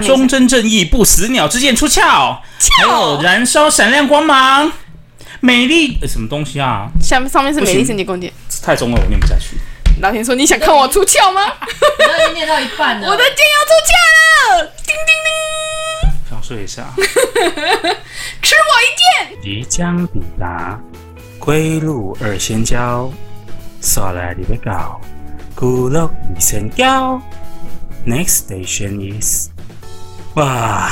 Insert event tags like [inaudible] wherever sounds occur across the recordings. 忠贞正义不死鸟之剑出鞘，还有燃烧闪亮光芒，美丽、呃什么东西啊？下面上面是不美行丽圣洁宫殿。太中了，我念不下去。老田说：“你想看我出鞘 [laughs] 吗？我都已经念到一半了。我的剑要出鞘了！叮叮叮，想睡一下。吃我一剑！即将抵达归路二仙交，刷来你要到古乐二仙交。Next station is [laughs] 哇！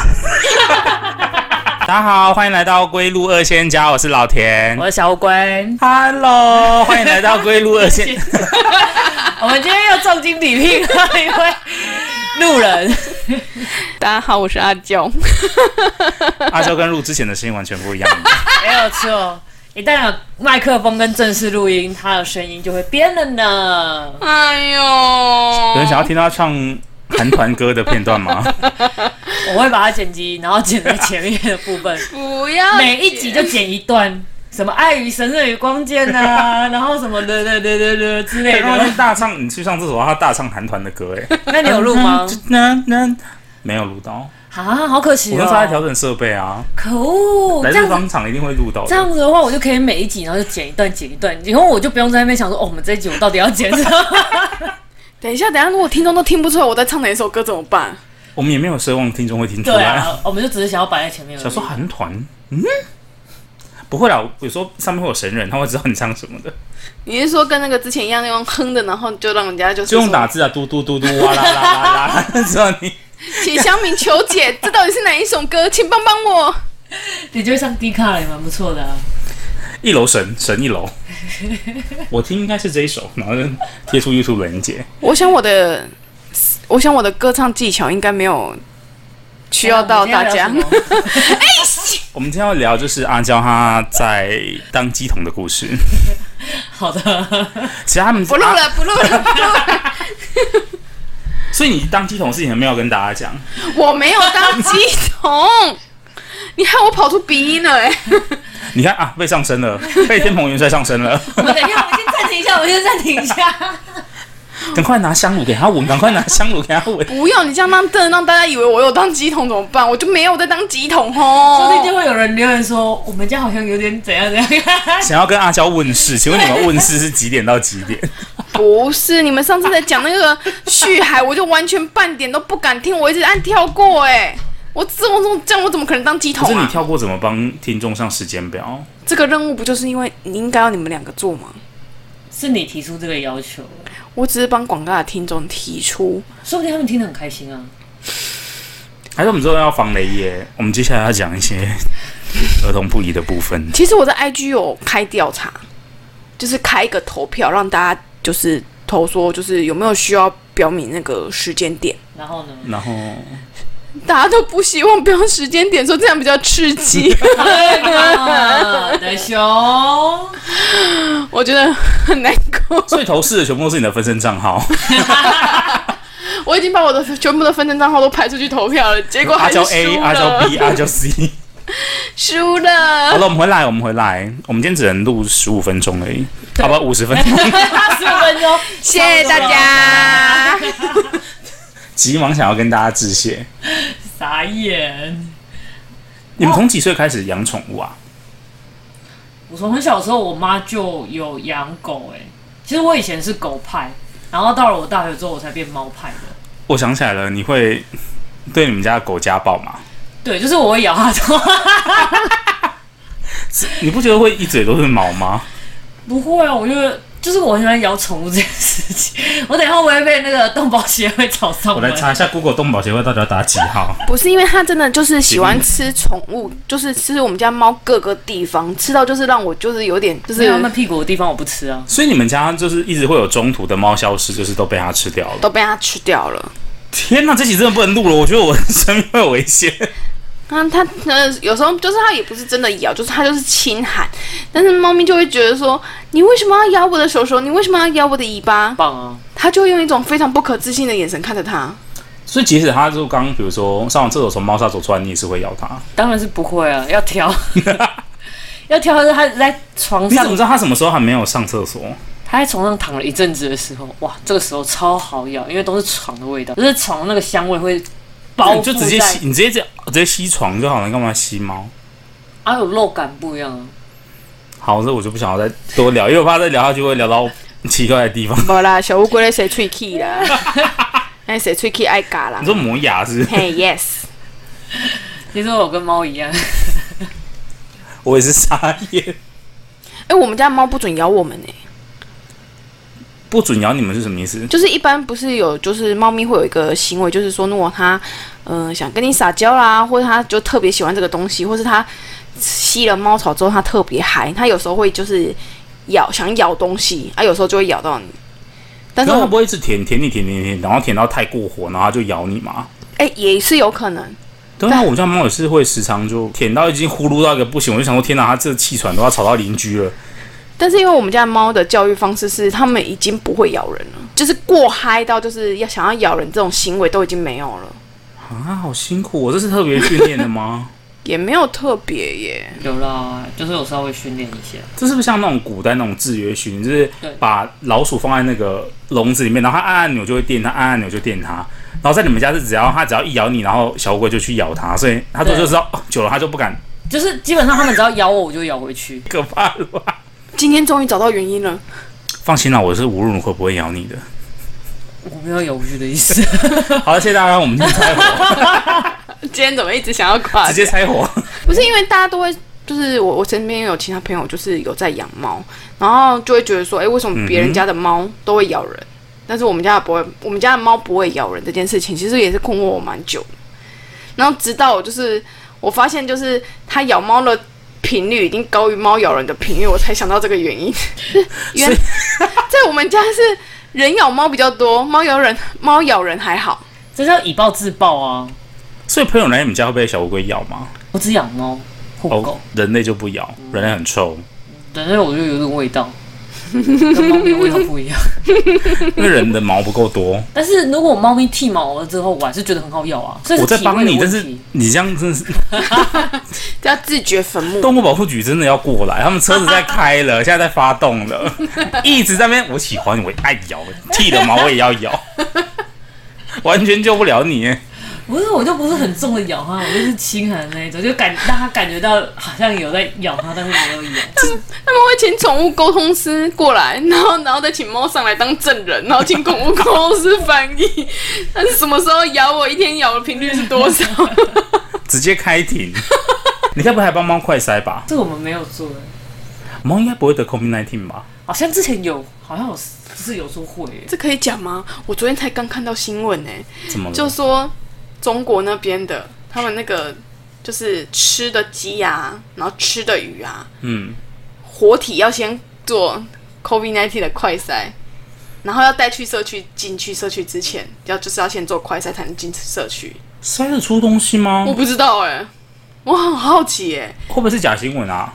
大家好，欢迎来到归路二仙交，我是老田我。的小乌龟， Hello，欢迎来到归路二 [laughs] 仙。我们今天又重金礼聘了一位路人，大家好，我是阿娇。阿娇跟录之前的声音完全不一样。 [laughs] [laughs] 没有错。一旦有麦克风跟正式录音，他的声音就会变了呢。 [laughs] 哎呦，有人想要听到唱韩团歌的片段 [laughs] 吗？我会把它剪辑，然后剪在前面的部 [laughs] 分，不要每一集就剪一段，什么爱与神圣与光剑呐，然后什么的的的的的之类对，他的。大唱，哎你去上厕所，他大唱韩团的歌，哎，那你有录吗？那那没有录到，嗯 [laughs] 啊，好可惜我那时候在调哦！整设备啊，可恶，来这样日子方场一定会录到的这。样子的话，我就可以每一集，然后就剪一段，剪一段，以后我就不用在那边想说，哦，我们这一集我到底要剪什 [laughs] 么？等一下，等一下，如果听众都听不出来我在唱哪一首歌怎么办？我们也没有奢望听众会听出对来。啊，我们就只是想要啊摆在前面而已。小时候韩团，嗯，不会啦，有时候上面会有神人，他会知道你唱什 [laughs] 么的，你是说跟那个之前一样那种哼的，然后就让人家就是就用打说字啊，嘟嘟嘟嘟哇啦啦啦啦， [laughs] 知道你请乡民求解，这到底是哪一首歌？请帮帮我！你就会上 D 卡了，也蛮不错的、啊。一楼神神一楼。我听应该是这一首，然后就贴出 YouTube 连接。我想我的，我想我的歌唱技巧应该没有需要到大家。我们今天要聊什么我们今天要聊就是阿娇她在当鸡童的故事。 [laughs] 好的，其实他们 [laughs] 啊不录了，不录了，不录了。所以你当鸡童的事情有没有跟大家讲？我没有当鸡童，你害我跑出鼻音了哎、你看啊，被上身 [laughs] 了，被天蓬元帅上身了， [laughs] 我们等一下，我们先暂停一下，我们先暂停一 [laughs] 下。赶快拿香炉给他闻，赶快拿香炉给他 [laughs] 闻。不要你这样让真的让大家以为我有当鸡童怎么办？我就没有在当鸡童吼。说不定哦就会有人留言说，我们家好像有点怎样怎样。 [laughs] 想要跟阿娇问世，请问你们问世是几点到几 [laughs] 点？不是你们上次在讲那个续海，我就完全半点都不敢听，我一直按跳过哎、我这种这种这样，我怎么可能当鸡可童是你啊？跳过怎么帮听众上时间表？这个任务不就是因为你应该要你们两个做吗？是你提出这个要求，我只是帮广大的听众提出，说不定他们听得很开心啊。还是我们之后要防雷耶？我们接下来要讲一 [laughs] 些儿童不宜的部分。其实我在 IG 有开调查，就是开一个投票，让大家就是投说，就是有没有需要标明那个时间点。然后呢？然后大家都不希望标时间点，说这样比较刺 [laughs] 激。 [laughs] 对啊 [laughs] 嘛的熊。我觉得很难过。最头饰的全部都是你的分身账 [laughs] 号，我已经把我的全部的分身账号都排出去投票了，结果阿还是娇输 A、阿娇了， B、阿娇 C。输好了。了，我们回来，我们回来，我们今天只能录十五分钟而已，好吧，五十分钟。 [laughs] 十五分钟，谢谢大家。急忙想要跟大家致谢。 [laughs] 傻眼。你们从几岁开始养宠物啊？我从很小的时候，我妈就有养狗、哎，其实我以前是狗派，然后到了我大学之后，我才变猫派的。我想起来了，你会对你们家的狗家暴吗？对，就是我会咬它的。你不觉得会一嘴都是毛吗？ [laughs] 不会啊，我觉得就是我很喜欢养宠物这件事情。我等一下会不会被那个动保协会找上我来门？查一下 Google 动保协会到底要打几号？不是因为他真的就是喜欢吃宠物，就是吃我们家猫各个地方，吃到就是让我就是有点就是没有，那屁股的地方我不吃啊。所以你们家就是一直会有中途的猫消失，就是都被它吃掉了。都被它吃掉了。天哪，这集真的不能录了，我觉得我的生命会有危险。 [laughs] 啊，它呃有时候就是它也不是真的咬，就是它就是轻喊，但是猫咪就会觉得说你为什么要咬我的手手？你为什么要咬我的尾巴？棒啊！它就会用一种非常不可置信的眼神看着它。所以即使它就刚，比如说上完厕所从猫砂走出来，你也是会咬它。当然是不会啊，要 [laughs] 挑，要挑。是它在床你怎么上知道它什么时候还没有上厕所？他在床上躺了一阵子的时候，哇，这个时候超好咬，因为都是床的味道，就是床那个香味会包你就直接覆在吸，你直接这样直接吸床就好了，你干嘛吸猫？啊，有肉感不一样啊。好，这我就不想要再多聊，因为我怕再聊下去会聊到奇怪的地方。 [laughs] 无啦，小乌龟咧洗喙齿啦， [laughs] 哎，洗喙齿爱咬啦你。说磨牙是不是？ [laughs] 嘿，yes，其实我跟猫一样，我也是傻眼。哎、我们家猫不准咬我们呢、不准咬你们是什么意思？就是一般不是有，就是猫咪会有一个行为，就是说，如果它呃想跟你撒娇啦，或者呃它就特别喜欢这个东西，或是它吸了猫草之后它特别嗨，它有时候会就是咬想咬东西，啊，有时候就会咬到你。但是那它我不会一直舔舔你舔舔舔，然后舔到太过火，然后它就咬你嘛？哎、也是有可能，对啊，我们家猫也是会时常就舔到已经呼噜到一个不行，我就想说天哪，它这气喘都要吵到邻居了。但是因为我们家的猫的教育方式是，它们已经不会咬人了，就是过嗨到就是要想要咬人这种行为都已经没有了，啊，好辛苦！我这是特别训练的吗？也没有特别耶。 [laughs] 有啦，就是有稍微训练一下。这是不是像那种古代那种制约训，就是对把老鼠放在那个笼子里面，然后它按按钮就会电它，按按钮就电它。然后在你们家是只要它只要一咬你，然后小乌龟就去咬它，所以它就对就知道、哦久了它就不敢，就是基本上他们只要咬我，我就咬回去。可怕了吧？今天终于找到原因了，放心啦，我是无论如何不会咬你的。 [laughs] 我没有咬回去的意思。 [laughs] 好了，谢谢大家，我们今天拆火，今天怎么一直想要夸直接拆火。不是因为大家都会，就是我我身边有其他朋友就是有在养猫，然后就会觉得说，哎、为什么别人家的猫都会咬人，但是我们家的不会，我们家的猫不会咬人这件事情，其实也是困惑我蛮久的。然后直到我就是我发现，就是它咬猫的频率已经高于猫咬人的频率，我才想到这个原因。原在我们家是人咬猫比较多，猫咬人猫咬人还好。这叫以暴制暴啊！所以朋友来你们家会被小乌龟咬吗？我只养猫、护哦狗，，人类就不咬，人类很臭，但是我就有点味道，跟猫咪的味道不一样。 [laughs] 因为人的毛不够多。但是如果猫咪剃毛了之后，我还是觉得很好咬啊。所以是我在体味帮的你，但问是题你这样真的是要自掘坟墓，动物保护局真的要过来，他们车子在开 [laughs] 了，现在在发动 [laughs] 了，一直在那边。我喜欢你，我爱咬，剃了毛我也要 [laughs] 咬，完全救不了你。不是我就不是很重的咬它，我就是轻含的那一种，就感让它感觉到好像有在咬它，但是没有 [laughs] 咬。他们会请宠物沟通师过来，然后然后再请猫上来当证人，然后请宠物沟通师翻译。 [laughs] 但是什么时候咬我，一天咬的频率是多少？直接开 [laughs] 庭。你该不会还帮猫快塞吧？这个我们没有做的，猫应该不会得 COVID 1 9吧？好像之前有，好像有就是有说会耶， [laughs] 这可以讲吗？我昨天才刚看到新闻呢、怎么了？就说中国那边的他们那个就是吃的鸡啊，然后吃的鱼啊，嗯，活体要先做 COVID-19 的快筛，然后要带去社区，进去社区之前要就是要先做快筛才能进社区。塞得出东西吗？我不知道哎、我很好奇哎、会不会是假新闻啊？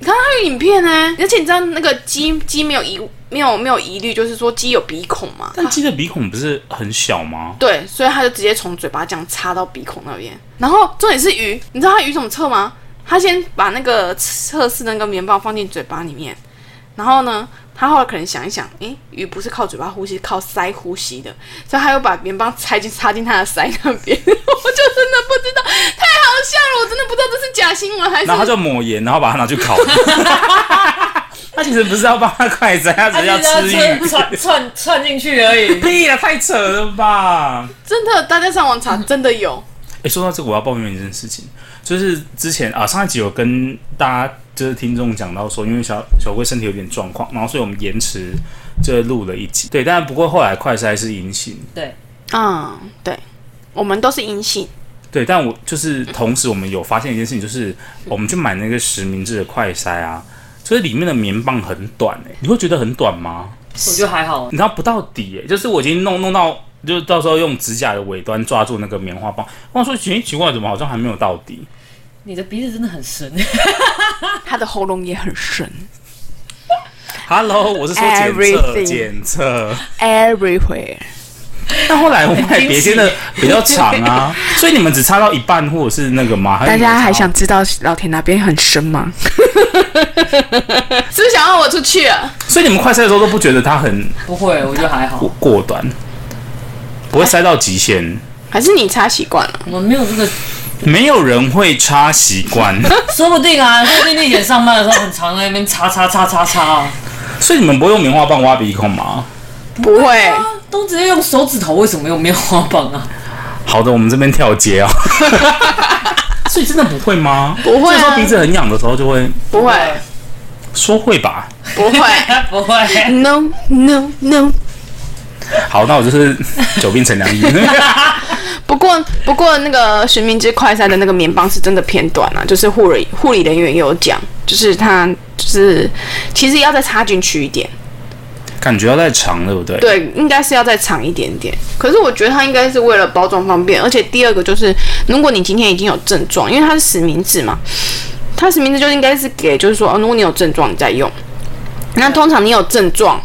你看它有影片呢、啊而且你知道那个鸡鸡没有疑没有没有疑虑，就是说鸡有鼻孔嘛，但鸡的鼻孔不是很小 [laughs] 吗？对，所以它就直接从嘴巴这样插到鼻孔那边。然后重点是鱼，你知道它鱼怎么测吗？它先把那个测试那个棉棒放进嘴巴里面，然后呢，它后来可能想一想，诶，鱼不是靠嘴巴呼吸，靠鳃呼吸的，所以它又把棉棒插进插进它的鳃那边。 [laughs] 我就真的不知道，太好笑了，我真的不知道这是假新闻还是然后他就抹盐，然后把它拿去 [laughs] 烤。他其实不是要帮它快塞，他只啊是要吃鱼。串串串进去而已。屁啊！太扯了吧！真的，大家上网查，真的有。哎、说到这个，我要抱怨一件事情，就是之前啊，上一集有跟大家就是听众讲到说，因为小小龟身体有点状况，然后所以我们延迟就录了一集。对，但不过后来快筛是阴性。对，嗯，对，我们都是阴性。对，但我就是同时我们有发现一件事情，就是我们去买那个实名制的快筛啊，就是里面的棉棒很短哎、你会觉得很短吗？我觉得还好。你知道不到底、欸，就是我已经弄弄到，就是到时候用指甲的尾端抓住那个棉花棒。我想说奇奇怪，怎么好像还没有到底？你的鼻子真的很深，他的喉咙也很深 Hello，我是说检测 Everything 检测。 ，everywhere。但后来我买别间的比较长 [laughs] 啊，所以你们只插到一半或者是那个吗？大是你们家插还想知道老田哪边很深吗？ [laughs] 是不是想要我出去啊？所以你们快塞的时候都不觉得它很不会，我觉得还好过。过短，不会塞到极限。还是你擦习惯了？我们没有这个，没有人会擦习 [laughs] 惯，说不定啊，说不定那以前上班的时候很常在那边擦擦擦擦擦啊，所以你们不会用棉花棒挖鼻孔吗？不会，啊都直接用手指头，为什么用棉花棒啊？好的，我们这边跳接 [laughs] 啊。所以真的不会吗？不会所以啊说鼻子很痒的时候就会不会，说会吧。不会。不会， [laughs] No No No。好，那我就是久病成 [laughs] 良医。不过不过那个寻明之快赛的那个棉棒是真的偏短啊，就是护理护理人员也有讲，就是他就是其实要再插进去一点，感觉要再长，对不对？。对，应该是要再长一点点。可是我觉得它应该是为了包装方便，而且第二个就是，如果你今天已经有症状，因为它是实名制嘛，它实名制就应该是给，就是说，哦，如果你有症状，你再用。那通常你有症状，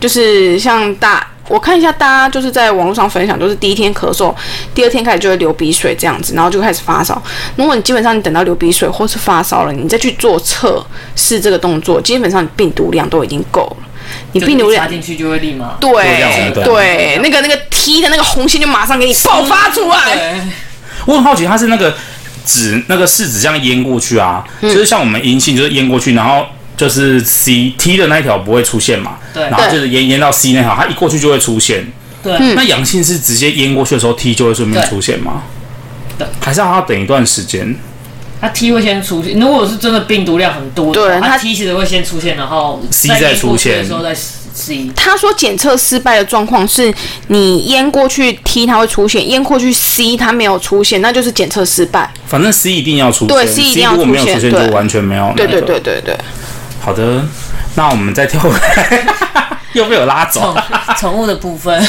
就是像大，我看一下大家就是在网络上分享，就是第一天咳嗽，第二天开始就会流鼻水这样子，然后就开始发烧。如果你基本上你等到流鼻水或是发烧了，你再去做测试这个动作，基本上你病毒量都已经够了。你病毒就一量插进去就会立马对就这样对，那个那个 T 的那个红线就马上给你爆发出来。对，我很好奇，它是那个纸那个试纸这样淹过去啊，嗯就是像我们阴性就是淹过去，然后就是 C T 的那一条不会出现嘛，对然后就是淹淹到 C 那条，它一过去就会出现。对，嗯那阳性是直接淹过去的时候 T 就会顺便对出现吗对？还是要它等一段时间？它 T 会先出现。如果是真的病毒量很多的话，对它它 T 其实会先出现，然后 C 再再逆过去的出现时候再 C。他说检测失败的状况是你淹过去 T 它会出现，淹过去 C 它没有出现，那就是检测失败。反正 C 一定要出现，对，C 一定要如果没有出出现现对就完全没有、那对对个对对对，好的，那我们再跳回来， [laughs] 又被我拉走。宠 [laughs] 宠物的部分，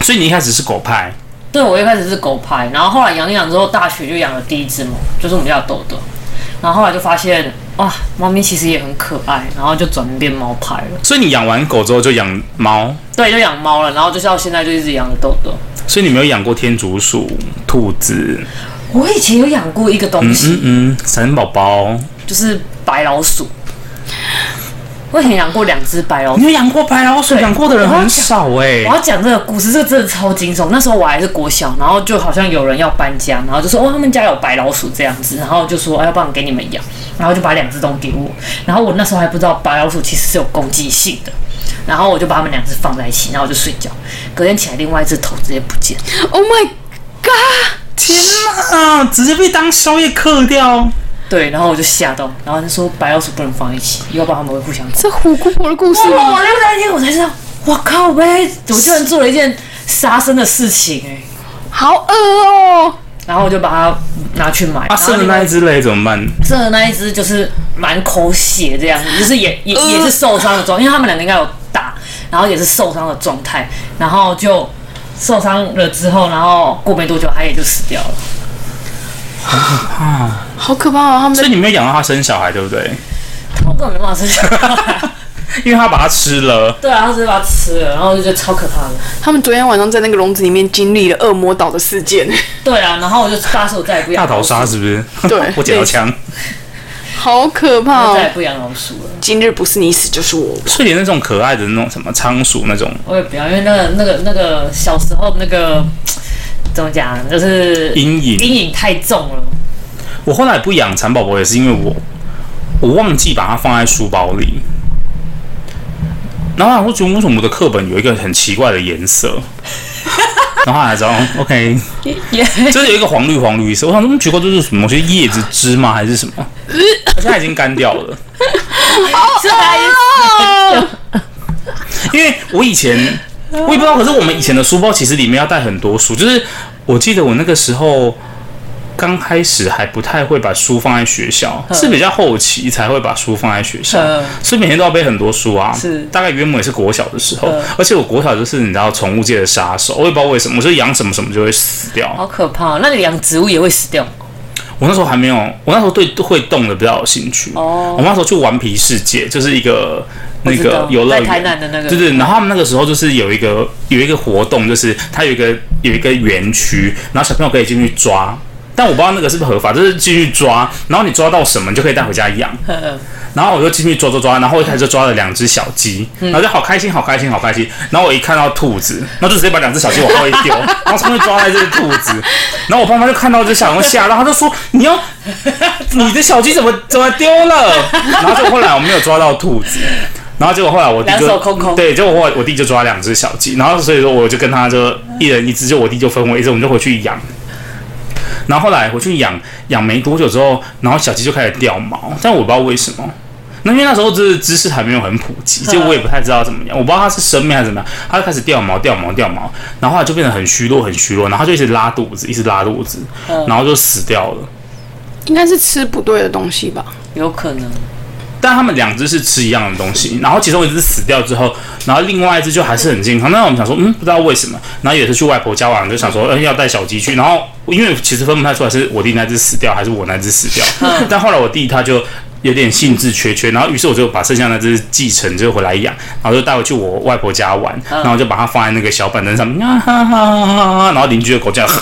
所以你一开始是狗派，对我一开始是狗派，然后后来养一养之后，大学就养了第一只猫，就是我们家的豆豆。然后后来就发现，哇，猫咪其实也很可爱，然后就转变猫派了。所以你养完狗之后就养猫，对，就养猫了，然后就是到现在就一直养豆豆。所以你没有养过天竺鼠、兔子，我以前有养过一个东西，嗯嗯，蚕宝宝。就是白老鼠。我以前养过两只白老鼠你。有养过白老鼠？对养过的人很少哎、我要讲这个故事，这个真的超惊悚。那时候我还是国小，然后就好像有人要搬家，然后就说哦，他们家有白老鼠这样子，然后就说、哎、要不然给你们养，然后就把两只都给我。然后我那时候还不知道白老鼠其实是有攻击性的，然后我就把它们两只放在一起，然后我就睡觉。隔天起来，另外一只头直接不见。 Oh my，天哪，啊直接被当宵夜嗑掉。对，然后我就吓到，然后他说白老鼠不能放一起，要不然他们会互相这虎姑婆的故事哇！吗哦我？那那天我才知道，我靠喂，我居然做了一件杀生的事情哎、好恶哦！然后我就把它拿去买。啊，剩的那一只嘞怎么办？剩的那一只就是满口血这样子，就是也也也是受伤的状态，因为他们两个应该有打，然后也是受伤的状态，然后就受伤了之后，然后过没多久它也就死掉了。好可怕哦！他们所的以你没有养到它生小孩，对不对？我根本没办法生小孩。因为它把它吃了。对啊，他只是把它吃了，然后就觉得超可怕的。他们昨天晚上在那个笼子里面经历了恶魔岛的事件，对啊，然后我就发誓我再也不养大逃杀是不是？对 [laughs] 我捡到枪。好可怕啊我再也哦！不养老鼠了，今日不是你死就是我亡。所以连那种可爱的那种什么仓鼠那种我也不要，因为那个那个那个小时候那个怎么讲，就是阴影，阴影太重了。我后来不养蚕宝宝也是因为我我忘记把它放在书包里，然后我想说为什么我的课本有一个很奇怪的颜 [laughs] 色，然后后来知道哦 OK，也就是有一个黄绿黄绿色，我想那么奇怪，这是什么东西？叶子汁吗？还是什么？呃而且它已经干掉了，是啊， [laughs] 因为我以前我也不知道，可是我们以前的书包其实里面要带很多书，就是我记得我那个时候。刚开始还不太会把书放在学校，是比较后期才会把书放在学校。嗯所以每天都要背很多书啊，是大概原本也是国小的时候嗯，而且我国小就是你知道宠物界的杀手，我也不知道为什么，我就养什么什么就会死掉。好可怕、那你养植物也会死掉？我那时候还没有，我那时候对会动的比较有兴趣。哦我那时候去顽皮世界，就是一个那知道个游乐园，在台南的那个对对。然后他们那个时候就是有一个有一个活动，就是它有一个有一个园区，然后小朋友可以进去抓。但我不知道那个是不是合法，就是继续抓，然后你抓到什么，你就可以带回家养。然后我就进去抓抓抓，然后一开始就抓了两只小鸡，嗯然后就好开心，好开心，好开心。然后我一看到兔子，然后就直接把两只小鸡往后一丢，然后上面抓了一只兔子。然后我爸妈就看到这小熊吓到，他就说：“你要你的小鸡怎么怎么丢了？”然后就后来我没有抓到兔子。然后结果后来我弟就两手空空对，结果后来我弟就抓两只小鸡，然后所以说我就跟他就一人一只，就我弟就分我一只，我们就回去养。然后后来回去养养没多久之后，然后小鸡就开始掉毛，但我不知道为什么。那因为那时候这知识还没有很普及，就我也不太知道怎么样，我不知道它是生病还是怎么样，它就开始掉毛、掉毛、掉毛，然后后来就变得很虚弱、很虚弱，然后它就一直拉肚子，一直拉肚子，然后就死掉了。应该是吃不对的东西吧？有可能。但他们两只是吃一样的东西，然后其中一只死掉之后，然后另外一只就还是很健康。那我们想说，嗯，不知道为什么，然后也是去外婆家玩，就想说，嗯，要带小鸡去。然后因为其实分不太出来是我弟那只死掉还是我那只死掉，但后来我弟他就有点兴致缺缺，然后于是我就把剩下那只继承就回来养，然后就带回去我外婆家玩，然后就把它放在那个小板凳上面，啊哈哈哈哈哈哈，然后邻居的狗叫。Oh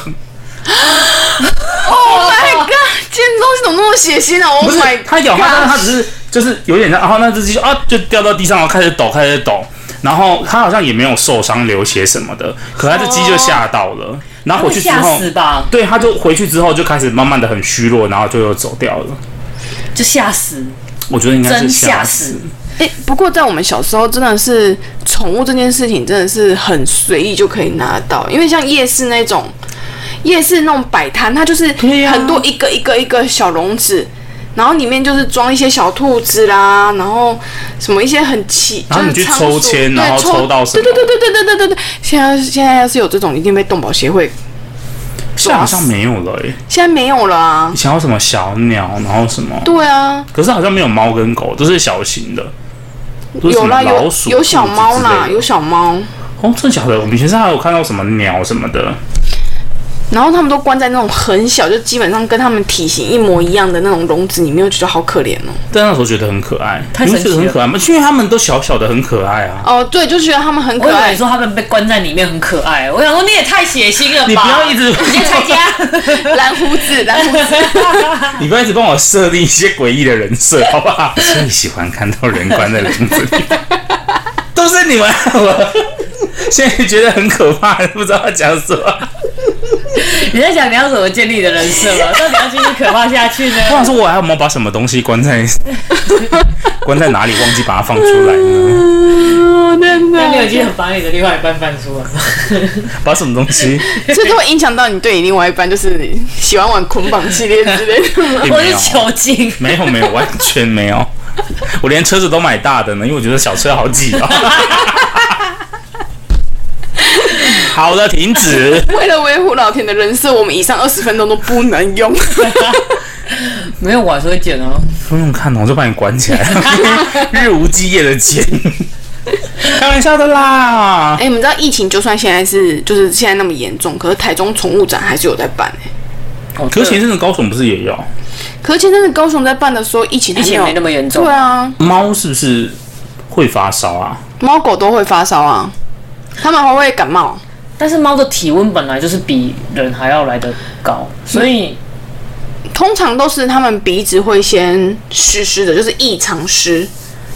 今天东西怎么那么血腥啊不？Oh 是 my，它咬它，但是 god！它只是就是有点像，然后那只鸡就啊就掉到地上，然后开始抖，开始抖，然后它好像也没有受伤、流血什么的，可它的鸡就吓到哦了，然后回去之吓后，死吧，对，它就回去之后就开始慢慢的很虚弱，然后就又走掉了。就吓死，我觉得应该是真吓死，死。哎、不过在我们小时候，真的是宠物这件事情真的是很随意就可以拿到，因为像夜市那种，夜市那种摆摊，它就是对呀很多一个一个一个小笼子。然后里面就是装一些小兔子啦，然后什么一些很奇，然后你就是去仓抽鼠签对然后抽抽到什么对对对对对对对对。现在现在要是有这种，一定被动保协会。现在好像没有了、欸，现在没有了啊以。前有什么小鸟，然后什么，对啊，可是好像没有猫跟狗，都是小型的。都是什有么啦，有老鼠有小兔子猫之啦，类的有小猫，哦，真的假的？我们以前是还有看到什么鸟什么的，然后他们都关在那种很小，就基本上跟他们体型一模一样的那种笼子里面，我觉得好可怜哦。但那时候觉得很可爱，太你神们奇觉得很了可爱吗？因为他们都小小的，很可爱啊。哦，对，就觉得他们很我可以为爱你。说他们被关在里面很可爱，我想说你也太血腥了吧！你不要一 [laughs] 直，直接拆家， [laughs] 蓝胡子，蓝胡子， [laughs] 你不要一直帮我设定一些诡异的人设，好不好？最喜欢看到人关在笼子里，都是你们。我现在觉得很可怕，不知道要讲什 [laughs] 么。你在想你要怎么建立你的人设吗？到底要继续可怕下去呢？我想说，我还有没有把什么东西关在关在哪里，忘记把它放出来呢？真那你有记得把你的另外一半翻出来吗？把什么东西？这都会影响到你对你另外一半，就是喜欢玩捆绑系列之类的。并 [laughs] 我没是有，啊囚禁，没有，没有，完全没有。 [laughs] 我连车子都买大的呢，因为我觉得小车好挤哦。 [laughs] 好的，停止。为了维护老田的人设，我们以上二十分钟都不能 [laughs] 用。没有我还是会剪哦。不用看哦，我就把你关起来， [laughs] 日无基夜的剪。开玩笑的啦哎、，你们知道疫情就算现在是就是现在那么严重，可是台中宠物展还是有在办、欸、哦可是前阵子高雄不是也有可是前阵子高雄在办的时候，疫情还疫情有没那么严重对啊，猫是不是会发烧啊？猫狗都会发烧啊，它们还会感冒。但是猫的体温本来就是比人还要来得高，所以通常都是它们鼻子会先湿湿的，就是异常湿，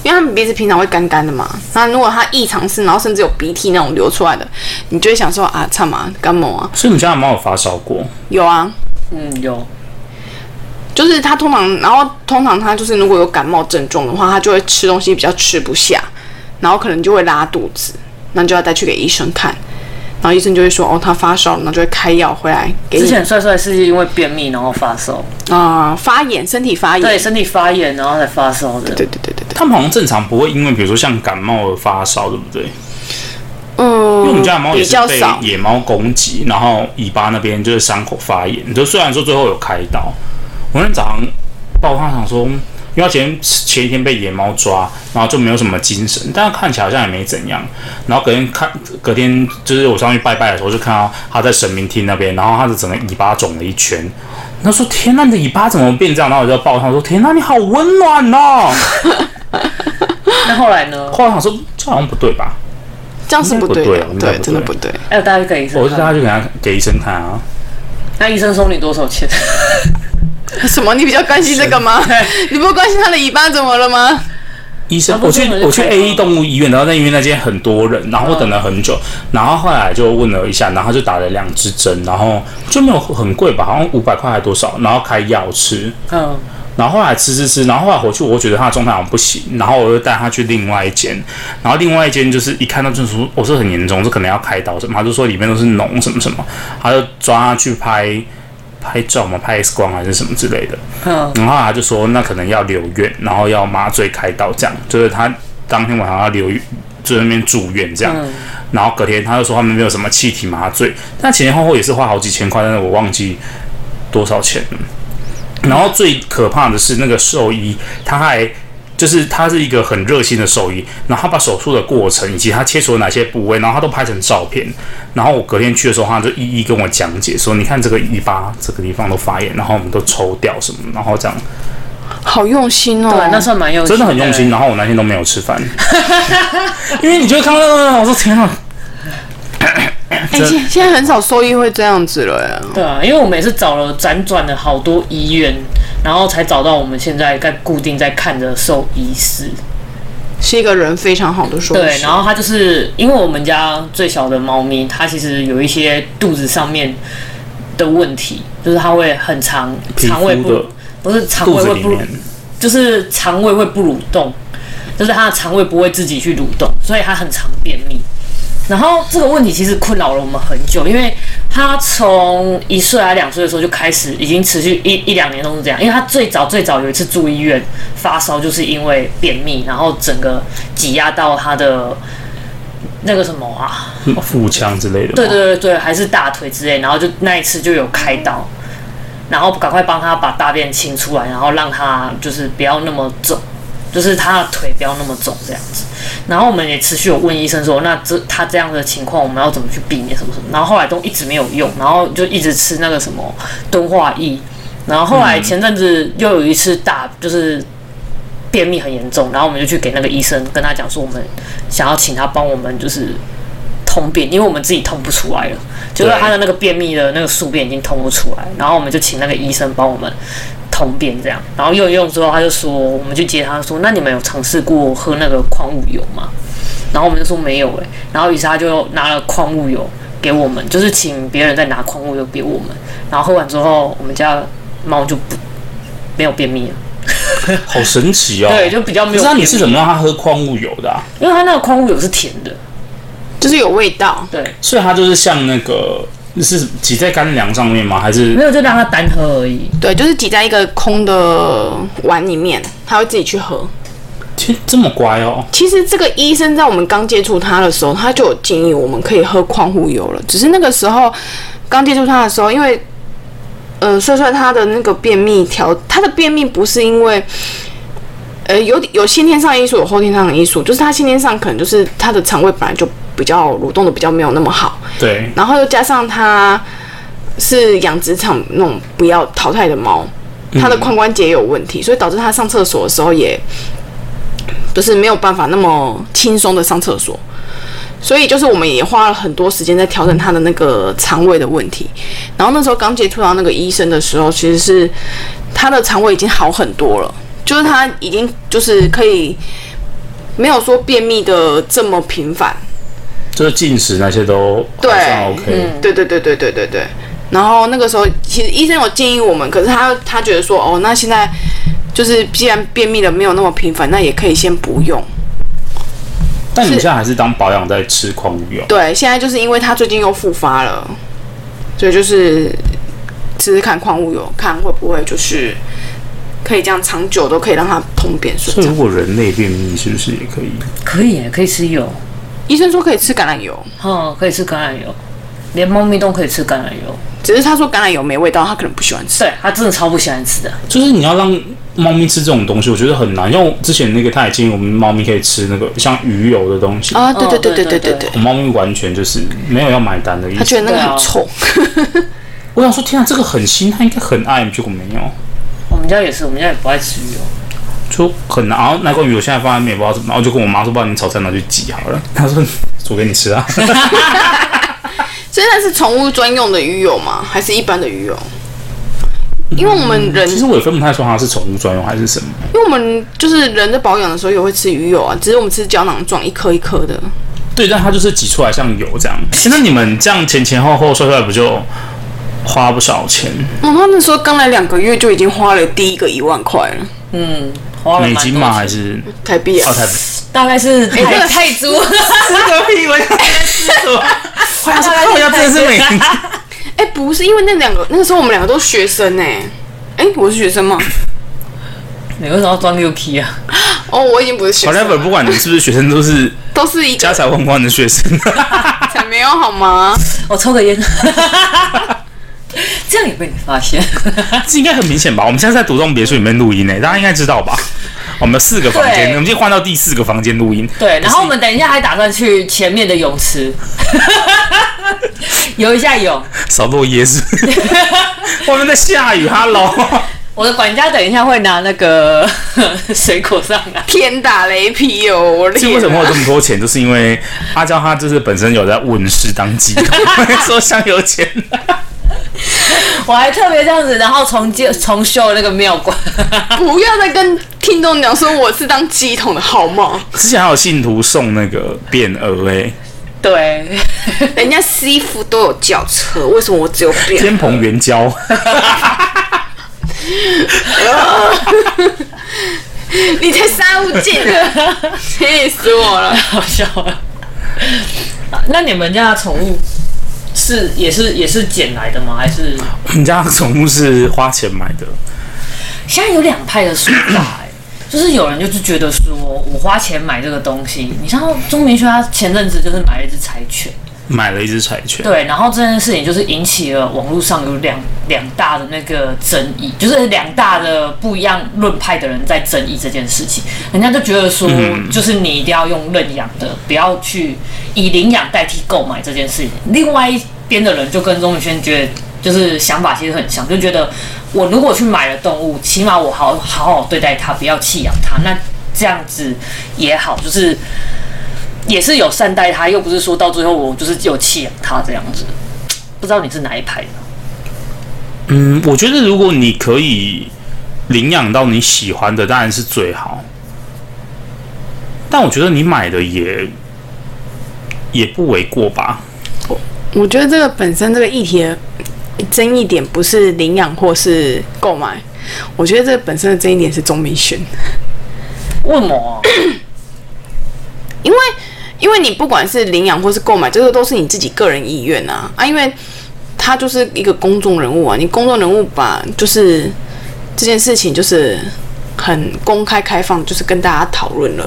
因为它们鼻子平常会干干的嘛。那如果它异常湿，然后甚至有鼻涕那种流出来的，你就会想说啊，惨嘛，感冒啊，所以你们家的猫有发烧过？有啊。嗯有。就是它通常，然后通常它就是如果有感冒症状的话，它就会吃东西比较吃不下，然后可能就会拉肚子，那就要带去给医生看，然后医生就会说哦，它发烧了，那就会开药回来给之你前帅帅是因为便秘然后发烧，啊、发炎，身体发炎，对身体发炎然后才发烧的。对对对对对，他们好像正常不会因为比如说像感冒而发烧，对不对？因嗯，为我们家的猫也比是较被少，野猫攻击，然后尾巴那边就是伤口发炎，就虽然说最后有开刀，我那天早上报他想说。因为他前前一天被野猫抓，然后就没有什么精神，但是看起来好像也没怎样。然后隔天看，隔天就是我上去拜拜的时候，就看到他在神明厅那边，然后他的整个尾巴肿了一圈。他说：“天呐，你的尾巴怎么变这样？”然后我就抱他说：“天呐，你好温暖哦。那后来呢”？后来想说这好像不对吧？这样是不对的，应该不对啊应该对，不对真的不对。哎还有大家可以我就带他去给他给医生看啊。那医生收你多少钱？ [laughs] 什么？你比较关心这 [laughs] 个吗？你不关心他的尾巴怎么了吗？医啊生，不我是去我是我去看 A 到 E 动物医院，然后那医院那间很多人，然后我等了很久，然后后来就问了一下，然后就打了两支针，然后就没有很贵吧，好像五百块还多少，然后开药吃，嗯，然后后来吃吃吃，然后后来回去，我觉得他的状态好像不行，然后我就带他去另外一间，然后另外一间就是一看到就是说，我、哦、这很严重，这可能要开刀什么，他就说里面都是脓什么什么，他就抓他去拍拍照嘛，拍 X 光还是什么之类的，嗯，然后他就说那可能要留院，然后要麻醉开刀这样，就是他当天晚上要留就在那边住院这样，嗯然后隔天他就说他们没有什么气体麻醉，但前前后后也是花好几千块，但是我忘记多少钱了。然后最可怕的是那个兽医，他还就是他是一个很热心的兽医，然后他把手术的过程以及他切除了哪些部位，然后他都拍成照片。然后我隔天去的时候，他就一一跟我讲解说，你看这个尾巴这个地方都发炎，然后我们都抽掉什么，然后这样好用心哦对，，啊那算蛮用心，真的很用心。。啊然后我那天都没有吃饭， [laughs] 因为你就会看到那个，我说天啊，哎，现现在很少兽医会这样子了呀。对啊，因为我们也是找了辗转了好多医院，然后才找到我们现在在固定在看的兽医师。是一个人非常好的说对，然后它就是因为我们家最小的猫咪，它其实有一些肚子上面的问题，就是它会很长，皮肠胃肤不的不是肠肚胃子会里不面，就是肠胃会不蠕动，就是它的肠胃不会自己去蠕动，所以它很常便秘。然后这个问题其实困扰了我们很久，因为它从一岁还两岁的时候就开始，已经持续一一两年都是这样。因为它最早最早有一次住医院发烧，就是因为便秘，然后整个挤压到它的那个什么啊，嗯腹腔之类的吗，对对对对，还是大腿之类，然后就那一次就有开刀，然后赶快帮他把大便清出来，然后让他就是不要那么肿，就是他的腿不要那么肿这样子。然后我们也持续有问医生说，那这他这样的情况我们要怎么去避免什么什么？然后后来都一直没有用，然后就一直吃那个什么敦化液，然后后来前阵子又有一次大就是。便秘很严重，然后我们就去给那个医生，跟他讲说我们想要请他帮我们就是通便，因为我们自己通不出来了，就是他的那个便秘的那个宿便已经通不出来，然后我们就请那个医生帮我们通便这样，然后用一用之后，他就说，我们就接他说，那你们有尝试过喝那个矿物油吗？然后我们就说没有诶、然后于是他就拿了矿物油给我们，就是请别人再拿矿物油给我们，然后喝完之后，我们家猫就不没有便秘了，好神奇哦。对，就比较不没有知道便秘。你是怎么让他喝矿物油的、啊，因为它那个矿物油是甜的，就是有味道，对，所以他就是像那个是挤在干粮上面吗？还是没有就让它单喝而已。对，就是挤在一个空的碗里面，他会自己去喝。天这么乖哦？其实这个医生在我们刚接触他的时候，他就有建议我们可以喝矿物油了。只是那个时候刚接触他的时候，因为呃，帅帅他的那个便秘调，他的便秘不是因为。呃，有有先天上的因素，有后天上的因素，就是他先天上可能就是他的肠胃本来就比较蠕动的比较没有那么好，对，然后又加上它是养殖场那种不要淘汰的猫，它的髋关节也有问题，所以导致它上厕所的时候也就是没有办法那么轻松的上厕所。所以就是我们也花了很多时间在调整它的那个肠胃的问题。然后那时候刚接触到那个医生的时候，其实是他的肠胃已经好很多了，就是他已经就是可以没有说便秘的这么频繁。就是进食那些都对还算嗯 OK，对对对对对对对。然后那个时候，其实医生有建议我们，可是他他觉得说，哦，那现在就是既然便秘的没有那么频繁，那也可以先不用。但你们现在还是当保养在吃矿物油，对，现在就是因为他最近又复发了，所以就是试试看矿物油，看会不会就是可以这样长久都可以让它通便顺所以畅如。果人类便秘是不是也可以？可以耶，可以吃油，医生说可以吃橄榄油，哦，可以吃橄榄油，连猫咪都可以吃橄榄油。只是他说橄榄油没味道，他可能不喜欢吃。对，它真的超不喜欢吃的。就是你要让猫咪吃这种东西，我觉得很难。像我之前那个，他也建议我们猫咪可以吃那个像鱼油的东西，啊，对对对哦对对对对对对对，我猫咪完全就是没有要买单的意他觉思。得那个对很啊臭。我想说，天啊，这个很新，它应该很爱，结果没有。我们家也是，我们家也不爱吃油。就很难。然后那罐鱼我现在放在那边也不知道怎么， [laughs] 然后就跟我妈说，不然你炒菜拿去挤好了。她说煮给你吃啊。现在是宠物专用的鱼油吗？还是一般的鱼油？因嗯为我们人，其实我也分不太出它是宠物专用还是什么。因为我们就是人在保养的时候也会吃鱼油啊，只是我们吃胶囊状一颗一颗的。对，但它就是挤出来像油这样。诶那你们这样前前后后算出来不就花不少钱？我妈那时候刚来两个月就已经花了第一个一万块了，嗯，花了美蛮金多嘛钱还是台币啊哦，台币？大概是 [laughs] 泰泰铢，个屁！我要吃什么？我要靠腰真的是美金。哎、不是，因为那两个那个时候我们两个都是学生呢、哎、我是学生吗？你为什么要装六 K 啊？ [laughs] 哦，我已经不 [laughs] 是学生 However，了，不管你是不是学生，都是都是一家个财万贯的学生。 [laughs] 才没有好吗？我抽个烟， [laughs] 这样也被你发现。这应该很明显吧？我们现在在独栋别墅里面录音呢，欸大家应该知道吧？哦我们有四个房间，对我们今天换到第四个房间录音。对，然后我们等一下还打算去前面的泳 [laughs] 池游一下泳。扫落叶是不是， [laughs] 外面在下雨，Hello。我的管家等一下会拿那个 [laughs] 水果上来。天打雷劈哦！我的其天实啊为什么会有这么多钱，就是因为阿娇她就是本身有在问世当机， [laughs] 说香油钱。我还特别这样子，然后重建重修那个庙馆。不要再跟听众讲说我是当鸡桶的好吗？之前还有信徒送那个匾额哎， [laughs] 对，人家师傅都有轿车，为什么我只有变？天蓬元宵。 [laughs] [laughs] 你才杀无尽了， [laughs] 气死我了！好笑了。那你们家的宠物是也是也是捡来的吗？还是我们家宠物是花钱买的，现在有两派的说法、哎，就是有人就是觉得说我花钱买这个东西，你像钟明轩他前阵子就是买了一只柴犬，买了一只柴犬。对，然后这件事情就是引起了网络上有两两大的那个争议，就是两大的不一样论派的人在争议这件事情，人家就觉得说，就是你一定要用认养的，不要去以领养代替购买这件事情。另外一边的人就跟钟宇轩觉得，就是想法其实很像，就觉得我如果去买了动物，起码我好好好对待它，不要弃养它，那这样子也好，就是。也是有善待他，又不是说到最后我就是有弃养他这样子。不知道你是哪一派的？嗯，我觉得如果你可以领养到你喜欢的，当然是最好。但我觉得你买的也也不为过吧。我觉得这个本身这个议题的争议点不是领养或是购买，我觉得这个本身的争议点是钟明轩，为什么？啊因为因为你不管是领养或是购买，这个都是你自己个人意愿啊啊，因为他就是一个公众人物啊，你公众人物把就是这件事情就是很公开开放，就是跟大家讨论了，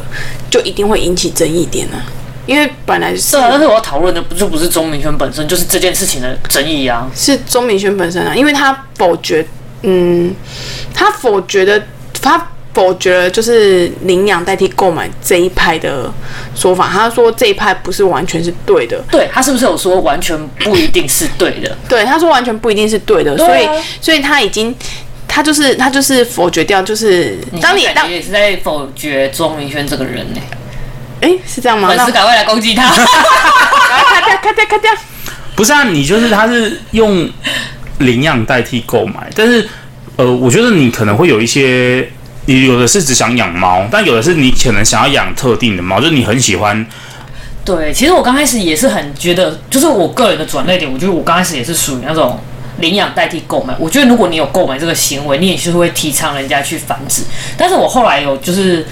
就一定会引起争议点啊，因为本来是 [clears throat] 对啊，但是我要讨论的不就不是钟明轩本身，就是这件事情的争议啊。是钟明轩本身啊，因为他否决，嗯，他否决的，他否决了就是领养代替购买这一派的说法。他说这一派不是完全是对的，对他是不是有说完全不一定是对的？对，他说完全不一定是对的，对啊所以所以他已经，他就是他就是否决掉，就是当你感觉当也是在否决钟明轩这个人呢、哎是这样吗？粉那丝赶快来攻击他。咔掉咔掉咔掉，不是啊，你就是它是用领养代替购买，但是呃，我觉得你可能会有一些，你有的是只想养猫，但有的是你可能想要养特定的猫，就是你很喜欢对，其实我刚开始也是很觉得，就是我个人的转捩点，我觉得我刚开始也是属于那种领养代替购买。我觉得如果你有购买这个行为，你也是会提倡人家去繁殖。但是我后来有就是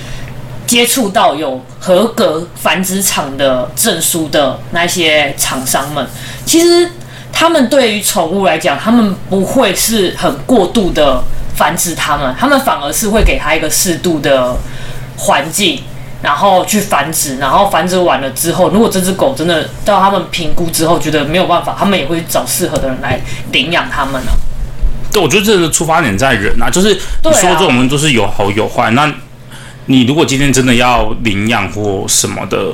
接触到有合格繁殖场的证书的那些厂商们，其实他们对于宠物来讲，他们不会是很过度的繁殖它们，他们反而是会给它一个适度的环境，然后去繁殖，然后繁殖完了之后，如果这只狗真的到他们评估之后觉得没有办法，他们也会找适合的人来领养它们啊。对，我觉得这个出发点在人啊，就是你对啊说这种东西都是有好有坏。那你如果今天真的要领养或什么的，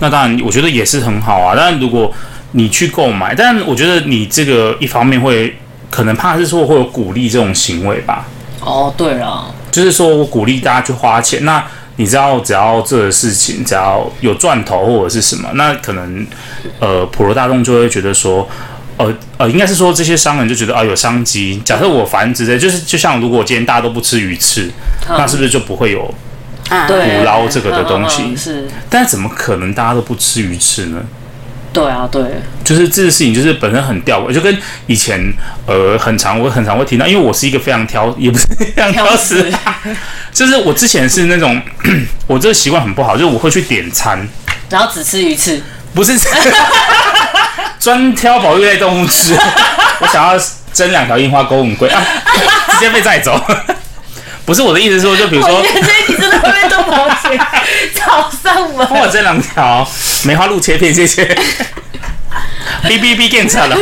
那当然我觉得也是很好啊。但如果你去购买，但我觉得你这个一方面会可能怕是说会有鼓励这种行为吧，哦，对了，就是说我鼓励大家去花钱。那你知道，只要这个事情只要有赚头或者是什么，那可能呃普罗大众就会觉得说，呃呃，应该是说这些商人就觉得啊、有商机。假设我繁殖的，就是就像如果今天大家都不吃鱼翅，那是不是就不会有？啊，对，捕捞这个的东西嗯嗯嗯是，但怎么可能大家都不吃鱼翅呢？对啊，对，就是这件事情，就是本身很吊诡，就跟以前呃很常我很常会提到，因为我是一个非常挑，也不是非常挑食，就是我之前是那种 [clears throat] 我这个习惯很不好，就是我会去点餐，然后只吃鱼翅，不是 [laughs] 专挑保育类动物吃，我想要蒸两条樱花勾很贵啊， [laughs] 直接被载走。 [laughs] 不是我的意思是说，就比如说我觉得这一集真的会被动毛钱找上 [laughs] 门。帮我蒸两条梅花鹿切片，谢 [laughs] 谢。哔哔哔，更惨了。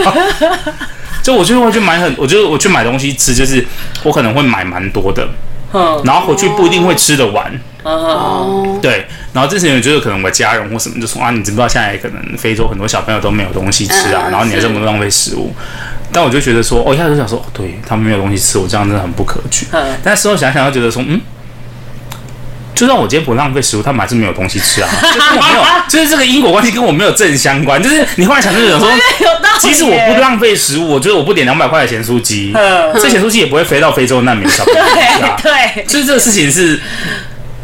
[laughs] 就我就会去买很，我就我去买东西吃，就是我可能会买蛮多的，嗯然后回去不一定会吃得完。嗯嗯哦，对，然后之前有就是可能我家人或什么就说啊，你知不知道现在可能非洲很多小朋友都没有东西吃啊，嗯然后你还是这么浪费食物。但我就觉得说，我、一开始就想说，哦对他们没有东西吃，我这样真的很不可取。嗯但事后想想，又觉得说，嗯，就算我今天不浪费食物，他们还是没有东西吃啊。就是我没有，就是这个因果关系跟我没有正相关。就是你后来想就想说，有道理。即使我不，哦浪费食物，我觉得我不点两百块的咸酥鸡，嗯这咸酥鸡也不会飞到非洲难民小朋友家对对，就是这个事情是，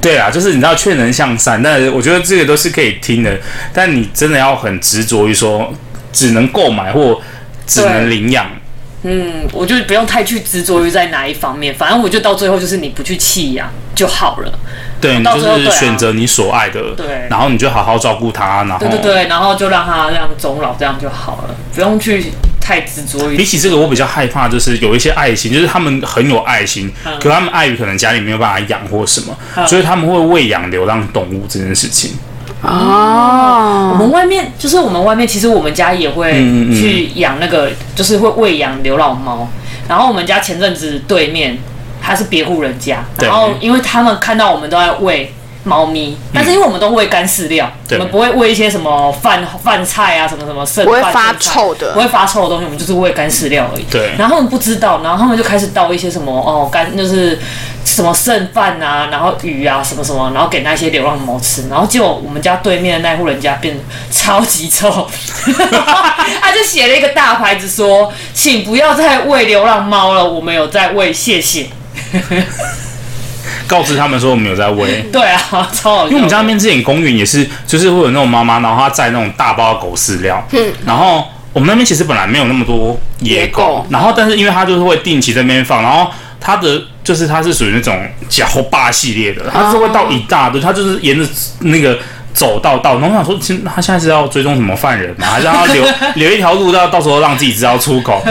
对啊，就是你知道劝人向善，但我觉得这个都是可以听的，但你真的要很执着于说只能购买或只能领养，嗯，我就不用太去执着于在哪一方面，反正我就到最后就是你不去弃养就好了。对你到就最后是对啊选择你所爱的，对然后你就好好照顾它，然后对对对，然后就让它这样终老，这样就好了，不用去太执着于比起这个，我比较害怕就是有一些爱心，就是他们很有爱心，嗯可他们碍于可能家里没有办法养或什么，所以他们会喂养流浪动物这件事情。我哦，嗯们外面就是我们外面，其实我们家也会嗯嗯嗯去养那个，就是会喂养流浪猫。然后我们家前阵子对面他是别户人家，对然后因为他们看到我们都在喂猫咪，但是因为我们都喂干饲料，我嗯对们不会喂一些什么饭饭菜啊，什么什么剩不会饭发剩菜臭的不会发臭的东西，我们就是喂干饲料而已。对然后他们不知道，然后他们就开始倒一些什么哦干就是什么剩饭啊，然后鱼啊什么什么，然后给那些流浪猫吃，然后结果我们家对面的那户人家变得超级臭， [laughs] 他就写了一个大牌子说，请不要再喂流浪猫了，我们有在喂，谢谢。告知他们说我们有在喂，对啊，超好笑。因为我们家那边之前公园也是，就是会有那种妈妈，然后她载那种大包的狗饲料，嗯，然后我们那边其实本来没有那么多野野狗然后但是因为它就是会定期在那边放，然后它的就是它是属于那种脚霸系列的，哦它是会到一大堆，它就是沿着那个。走到到，然后我想说，其实他现在是要追踪什么犯人嘛？还是要留 [laughs] 留一条路到到时候让自己知道出口？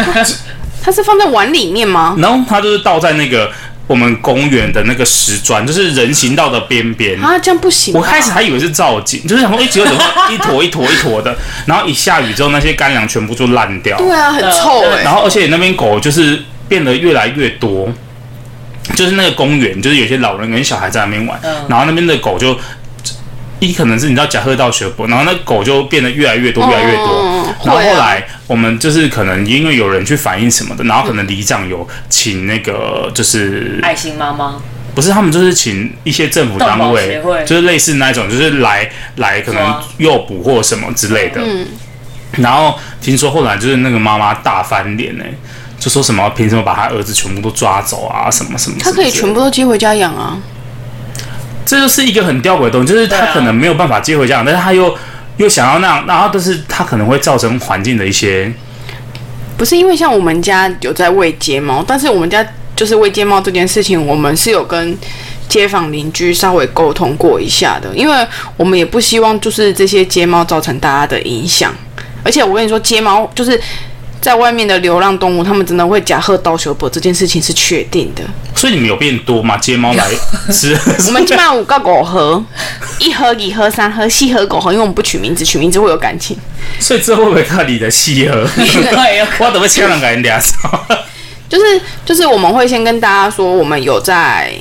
它是放在碗里面吗？然后他就是倒在那个我们公园的那个石砖，就是人行道的边边。啊，这样不行吧。我开始还以为是造景，就是想说，哎、结 [laughs] 果怎么会一坨一坨一坨的？然后一下雨之后，那些干粮全部就烂掉。对啊，很臭对哎、然后，而且那边狗就是变得越来越多，就是那个公园，就是有些老人跟小孩在那边玩，嗯然后那边的狗就。一可能是你知道甲贺道学博，然后那狗就变得越来越多，越来越多。嗯嗯嗯然后会啊后来我们就是可能因为有人去反映什么的，然后嗯可能里长有请那个就是爱心 [laughs] 妈妈，不是，他们就是请一些政府单动保位协会，就是类似那一种，就是来来可能哇诱捕或什么之类的。嗯然后听说后来就是那个妈妈大翻脸呢、就说什么凭什么把他儿子全部都抓走啊，什么什么什么之类的。它可以全部都接回家养啊。这就是一个很吊诡的东西，就是对他啊可能没有办法接回家，但是他又又想要那样，然后但是他可能会造成环境的一些不是因为像我们家有在喂街猫，但是我们家就是喂街猫这件事情，我们是有跟街坊邻居稍微沟通过一下的，因为我们也不希望就是这些街猫造成大家的影响。而且我跟你说，街猫就是在外面的流浪动物，他们真的会假喝刀修伯这件事情是确定的。所以你们有变多嘛？接猫来吃， [laughs] 我们起码五个狗盒，一盒、二盒、三盒、四盒狗盒，因为我们不取名字，取名字会有感情。所以这会不会看你的戏和？对，有 [laughs] 我怎么千万给人俩手？就是就是我们会先跟大家说，我们有在，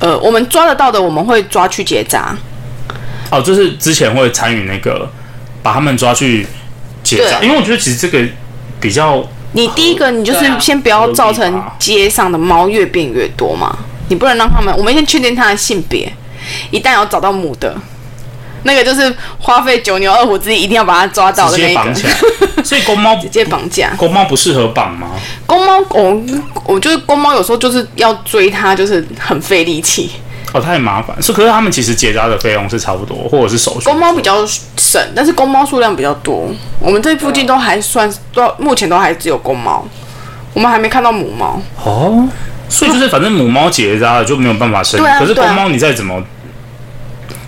呃，我们抓得到的，我们会抓去结扎。哦，就是之前会参与那个把他们抓去结扎，对因为我觉得其实这个比较你第一个，你就是对啊先不要造合理成吧街上的猫越变越多嘛，你不能让他们，我们先确定它的性别，一旦有找到母的，那个就是花费九牛二虎之力，一定要把它抓到直的那接一绑个，起来。所以公 [laughs] 猫直接绑架。公猫不适合绑吗？公猫，我我就是公猫，有时候就是要追它，就是很费力气。哦，太麻烦。是，可是他们其实结扎的费用是差不多，或者是手术。公猫比较省，但是公猫数量比较多。我们这附近都还算，都目前都还只有公猫，我们还没看到母猫。哦，所以就是反正母猫结扎了就没有办法生，对啊可是对啊公猫你再怎么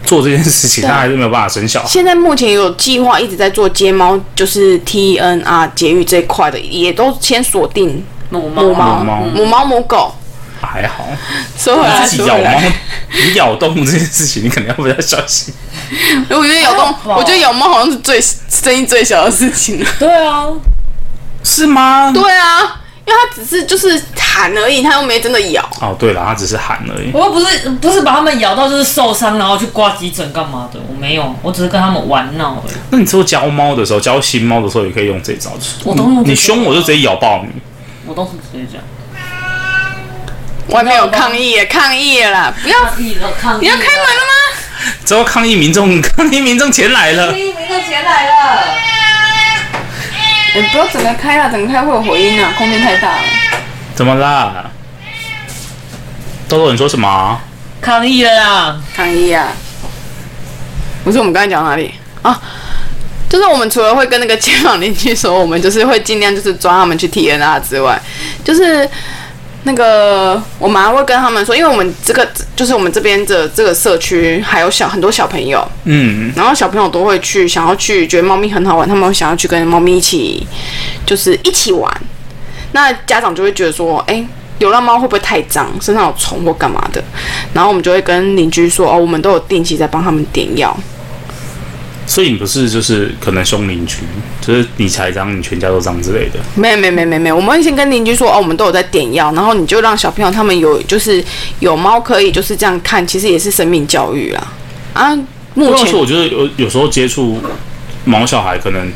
做这件事情，对啊它还是没有办法生小孩。现在目前有计划一直在做接猫，就是 T N R 节育这一块的，也都先锁定母猫，母猫、猫母猫、母狗。还好，收回来，啊你自己收咬回猫 [laughs] 来。，你咬动物这件事情，你可能要比较小心。我觉得咬动，还好吧我觉得咬猫好像是最声音最小的事情了。对啊，是吗？对啊，因为它只是就是喊而已，它又没真的咬。哦，对了，它只是喊而已。我又不是不是把他们咬到就是受伤，然后去挂急诊干嘛的，我没有，我只是跟他们玩闹而已。那你之后教猫的时候，教新猫的时候，也可以用这招。就是我都用这你你招凶我就直接咬爆你。我都是直接这样。我还没有抗议耶，抗议了啦！不要，抗议了，抗议！你要开门了吗？之后抗议民众，抗议民众前来了。第一名的钱来了，你哎不要整个开啦，整个开会有回音啊，空间太大了。怎么啦？豆豆，你说什么啊？抗议了啦！抗议啊！不是我们刚才讲哪里啊？就是我们除了会跟那个街坊邻居说，我们就是会尽量就是抓他们去体验啊之外，就是那个我们还会跟他们说，因为我们这个就是我们这边的这个社区还有小很多小朋友，嗯，然后小朋友都会去想要去觉得猫咪很好玩，他们想要去跟猫咪一起就是一起玩。那家长就会觉得说，哎、流浪猫会不会太脏，身上有虫或干嘛的？然后我们就会跟邻居说，哦，我们都有定期在帮他们点药。所以你不是就是可能凶邻居，就是你才脏，你全家都脏之类的。没有没有没有没有没有，我们会先跟邻居说，哦，我们都有在点药，然后你就让小朋友他们有就是有猫可以就是这样看，其实也是生命教育啊啊！不目要前说，我觉得有有时候接触毛小孩，可能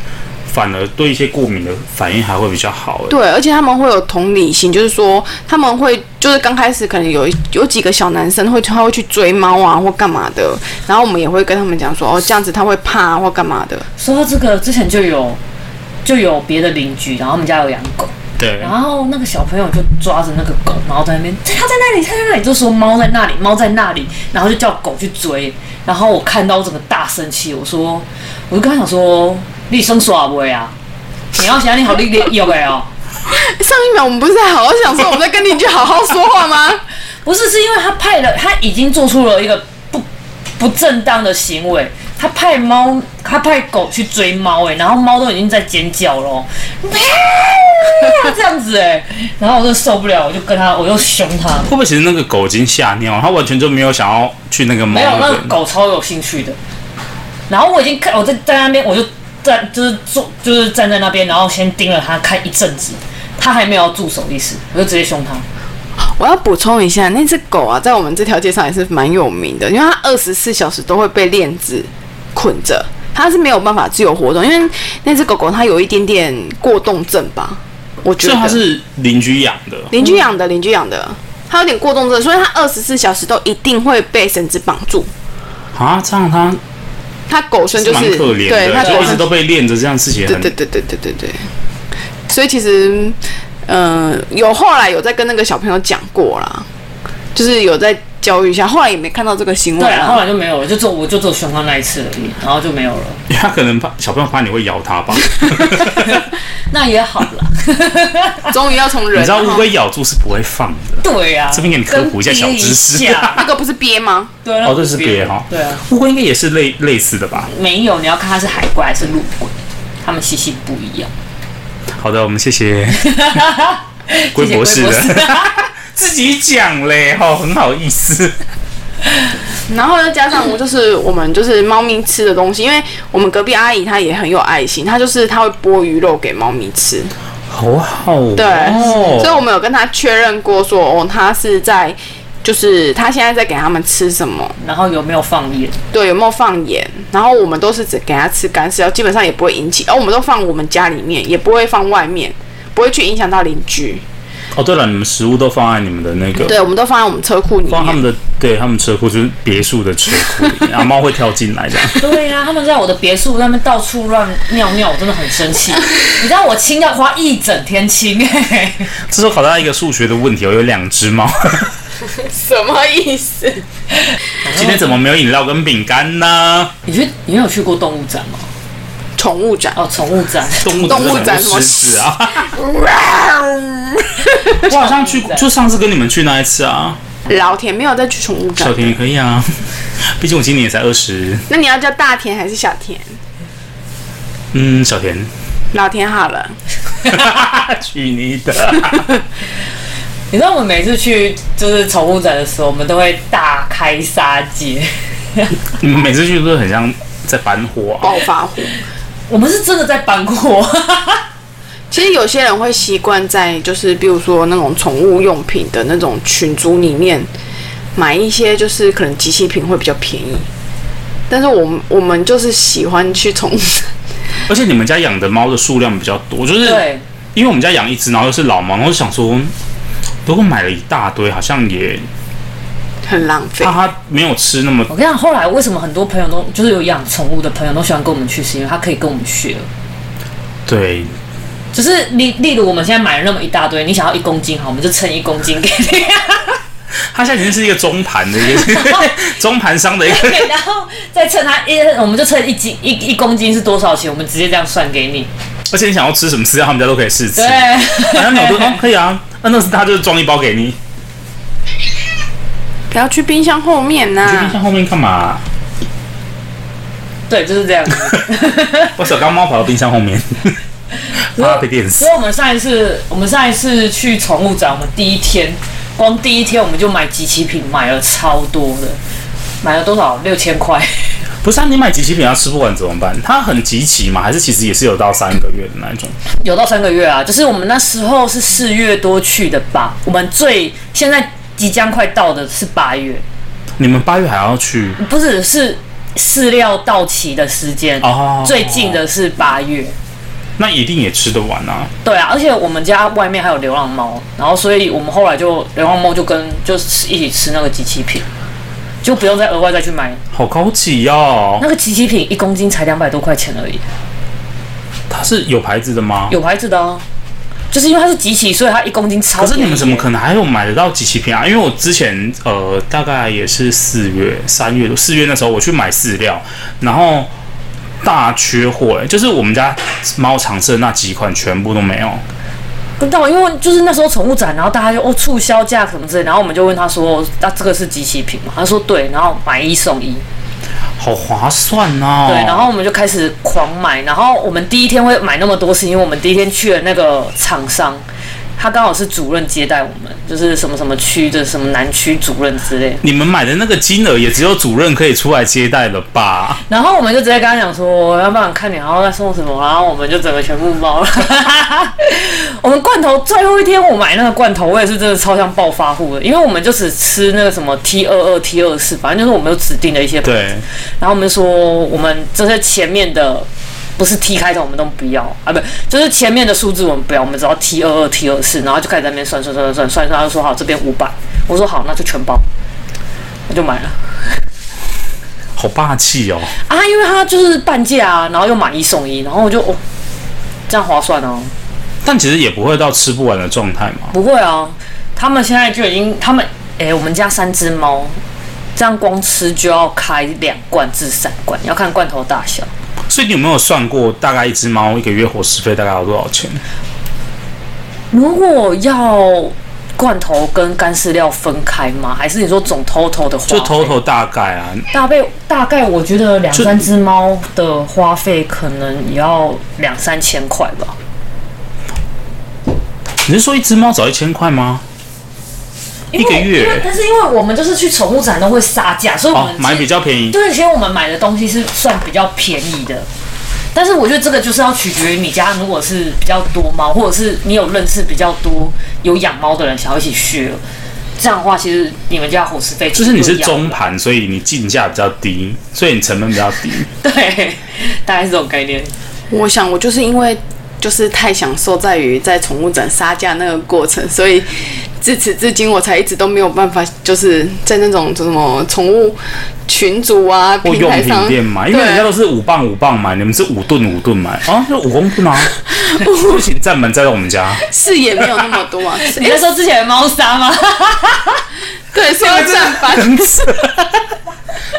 反而对一些过敏的反应还会比较好。欸对，而且他们会有同理心，就是说他们会就是刚开始可能有一有几个小男生会他会去追猫啊或干嘛的，然后我们也会跟他们讲说哦这样子他会怕、啊、或干嘛的，说到这个，之前就有就有别的邻居，然后他们家有养狗，对然后那个小朋友就抓着那个狗，然后在那边，它在那里，它在那里，就说猫在那里，猫在那里，然后就叫狗去追。然后我看到我整个大生气，我说，我就跟他讲说，你生耍不会啊？你要想你好你你有没有？上一秒我们不是还好好想说我们在跟邻居好好说话吗？不是，是因为他派了，他已经做出了一个不不正当的行为。他派猫，他派狗去追猫，哎，然后猫都已经在尖叫了，喵这样子哎、然后我就受不了，我就跟他，我就凶他。会不会其实那个狗已经吓尿，它完全就没有想要去那个猫没有，那那个边？狗超有兴趣的。然后我已经看，我在在那边，我就站，就是坐，就是站在那边，然后先盯了它看一阵子，它还没有要住手意思，我就直接凶它。 [laughs] 我要补充一下，那只狗啊在我们这条街上也是蛮有名的，因为它二十四小时都会被链子捆着，它是没有办法自由活动，因为那只狗狗它有一点点过动症吧，我觉所得以它是邻居养的，邻居养的，邻居养的，他有点过动症，所以他二十四小时都一定会被绳子绑住。啊，这样它他狗生就是蛮可怜对他的，就狗一直生，都被练着这样事情对很对对对对对对。所以其实，嗯、有后来有在跟那个小朋友讲过啦，就是有在教育一下，后来也没看到这个新闻对啊，后啦。来就没有了，就做我就做凶它那一次而已，然后就没有了。因为它可能怕小朋友怕你会咬 [laughs] 它吧？那也好了，终于要从人，你知道然后乌龟咬住是不会放的。 [laughs] 对啊。这边给你科普一下小知识跟别一下那个不是鳖吗？对啊，哦这是别哈对啊，乌龟应该也是类类似的吧？没有，你要看它是海龟还是陆龟，它们习性不一样。好的，我们谢谢 [laughs] 龟谢谢博士龟博士的， [laughs] 自己讲嘞，哦，很好意思。然后再加上我就是我们就是猫咪吃的东西，因为我们隔壁阿姨她也很有爱心，她就是她会剥鱼肉给猫咪吃。好好哦，对，所以我们有跟他确认过说，哦，他是在，就是他现在在给他们吃什么，然后有没有放盐？对，有没有放盐，然后我们都是只给他吃干饲料，基本上哦也不会引起，而、我们都放我们家里面，也不会放外面，不会去影响到邻居。哦，对了，你们食物都放在你们的那个，对，我们都放在我们车库里放他面们。的，对他们车库就是别墅的车库里面，然后猫会跳进来这样。对呀、他们在我的别墅那边到处乱尿尿，我真的很生 [laughs] 气。你知道我清要花一整天清、欸，这时候考到一个数学的问题哦，有两只猫，什么意思？今天怎么没有饮料跟饼干呢？ [laughs] 你去，你有去过动物展吗？宠物展，哦，宠物展，动物动物展展什么狮子啊？我我好像去过，就上次跟你们去那一次啊。老田没有再去宠物展小。田也可以啊， [laughs] 毕竟我今年也才二十。那你要叫大田还是小田？嗯，小田，老田好了。去你的！你知道我们每次去就是宠物展的时候，我们都会大开杀戒。 [laughs] 你们每次去都很像在搬货啊。暴发户。我们是真的在搬货， [laughs] 其实有些人会习惯在就是比如说那种宠物用品的那种群组里面买一些就是可能机器品会比较便宜，但是我们我们就是喜欢去宠物展，而且你们家养的猫的数量比较多，就是对，因为我们家养一只，然后又是老猫，然后就想说，如果买了一大堆，好像也很浪费怕。它没有吃那么我跟你讲，后来为什么很多朋友都就是有养宠物的朋友都喜欢跟我们去，是因为他可以跟我们学。对。就是例例如我们现在买了那么一大堆，你想要一公斤好，我们就称一公斤给你，它现在已经是一个中盘的一 [laughs] 个中盘商的一个，然后再称它一，我们就称一斤一一公斤是多少钱，我们直接这样算给你。而且你想要吃什么饲料，他们家都可以试吃对。，反正鸟都哦可以啊，那那是它就是装一包给你。不要去冰箱后面啊呐、你去冰箱后面干嘛、 [laughs] 对，就是这样子。我小刚猫跑到冰箱后面，怕它被电因死。为我们上一次，我们上一次去宠物展，我们第一天，光第一天我们就买集齐品，买了超多的，买了多少？六千块。 [laughs] 不是啊，你买集齐品要吃不完怎么办？它很集齐嘛，还是其实也是有到三个月的那一种？有到三个月啊，就是我们那时候是四月多去的吧，我们最现在即将快到的是八月，你们八月还要去不是是饲料到期的时间，哦？最近的是八月。那一定也吃得完啊。对啊，而且我们家外面还有流浪猫，然后所以我们后来就流浪猫就跟就是一起吃那个集齐品，就不用再额外再去买。好高级哦！那个集齐品一公斤才两百多块钱而已，它是有牌子的吗？有牌子的哦、就是因为它是集齐，所以它一公斤超可便宜。是你们怎么可能还有买得到集齐品啊？因为我之前呃，大概也是四月、三月、四月那时候我去买饲料，然后大缺货、欸，就是我们家猫常吃的那几款全部都没有。不知道，因为就是那时候宠物展，然后大家就哦促销价什么之类，然后我们就问他说，那、这个是集齐品吗？他说对，然后买一送一，好划算哦！对，然后我们就开始狂买，然后我们第一天会买那么多，是因为我们第一天去了那个厂商，他刚好是主任接待我们，就是什么什么区的什么南区主任之类的，你们买的那个金额也只有主任可以出来接待了吧？ [laughs] 然后我们就直接跟他讲说，要不然看你然后再送什么，然后我们就整个全部包了。我们罐头最后一天我买那个罐头，我也是真的超像暴发户的，因为我们就只吃那个什么 T 二二 T 二四，反正就是我们有指定的一些。。对，然后我们就说，我们这些前面的不是 T 开头，我们都不要啊，不就是前面的数字我们不要，我们只要 T 二二 T 二四，然后就开始在那边算算算算算算，他就说好这边五百，我说好那就全包，我就买了。好霸气哦！啊，因为它就是半价啊，然后又买一送一，然后我就哦，这样划算哦。但其实也不会到吃不完的状态嘛。不会啊，他们现在就已经，他们诶，我们家三只猫，这样光吃就要开两罐至三罐，要看罐头大小。所以你有没有算过，大概一只猫一个月伙食费大概要多少钱？如果要罐头跟干饲料分开吗？还是你说总 total 的花费？就 total 大概啊，大概大概，我觉得两就三只猫的花费可能也要两三千块吧。你是说一只猫只要一千块吗？因为一个月因为但是因为我们就是去宠物展都会杀价，所以我哦们、，买比较便宜。对，其实我们买的东西是算比较便宜的。但是我觉得这个就是要取决于你家如果是比较多猫，或者是你有认识比较多有养猫的人想要一起学，这样的话，其实你们家伙食费其就实是你是一样的中盘，所以你进价比较低， [laughs] 所以你成本比较低。对，大概是这种概念。我想我就是因为就是太享受在于在宠物展杀价那个过程，所以自此至今我才一直都没有办法，就是在那种什么宠物群组啊或平用台品上，店买，因为人家对都是五磅五磅买，你们是五吨五吨买啊，就五公吨啊，不行，站门站到我们家，是也没有那么 [laughs] 多啊，是你在说之前的猫砂吗？对，是要站班，真是。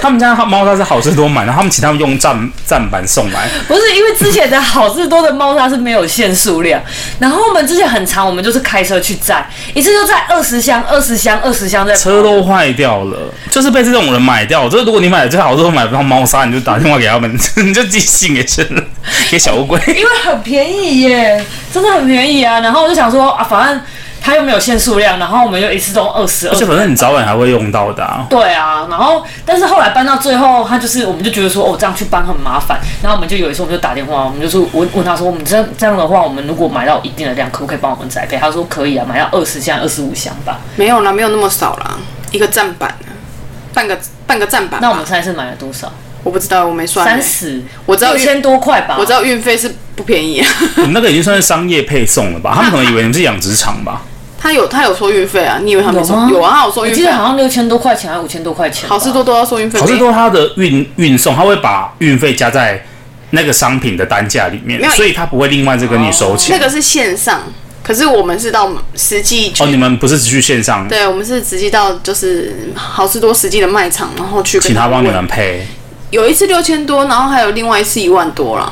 他们家猫砂是好事多买，然后他们请他们用站站板送来， [laughs] 不是，因为之前的好事多的猫砂是没有限数量，然后我们之前很长，我们就是开车去载，一次就载二十箱、二十箱、二十箱在跑车都坏掉了，就是被这种人买掉。就是如果你买了最好是买不到猫砂，你就打电话给他们， [laughs] 你就寄信给是 [laughs] 给小乌龟。因为很便宜耶，真的很便宜啊。然后我就想说啊，反正它又没有限数量，然后我们就一次都二十，而且反正你早晚还会用到的、啊，对啊，然后但是后来搬到最后，他就是我们就觉得说，哦，这样去搬很麻烦。然后我们就有一次我们就打电话，我们就说问问他说，我们这样这样的话，我们如果买到一定的量，可不可以帮我们宅配？他说可以啊，买到二十箱、二十五箱吧。 [laughs] 没有啦，没有那么少啦，一个站板啊，半个半个站板吧，那我们猜是买了多少？我不知道，我没算欸、三十，我知道六千多块吧。我知道运费是不便宜、啊， [laughs] 你们那个已经算是商业配送了吧？他们可能以为你们是养殖场吧？他有他有收运费啊，你以为他没有收？吗？有啊，他有收我运记费得啊，好像六千多块钱还是五千多块钱吧。好事多都要收运 [laughs] 费，好事多它的运运送，它会把运费加在那个商品的单价里面没，有所以它不会另外再跟你收那钱。个是线上，可是我们是到实际去哦，你们不是只去线上，对，我们是直接到就是好事多实际的卖场，然后去跟请他帮你问们配？有一次六千多，然后还有另外一次一万多啦。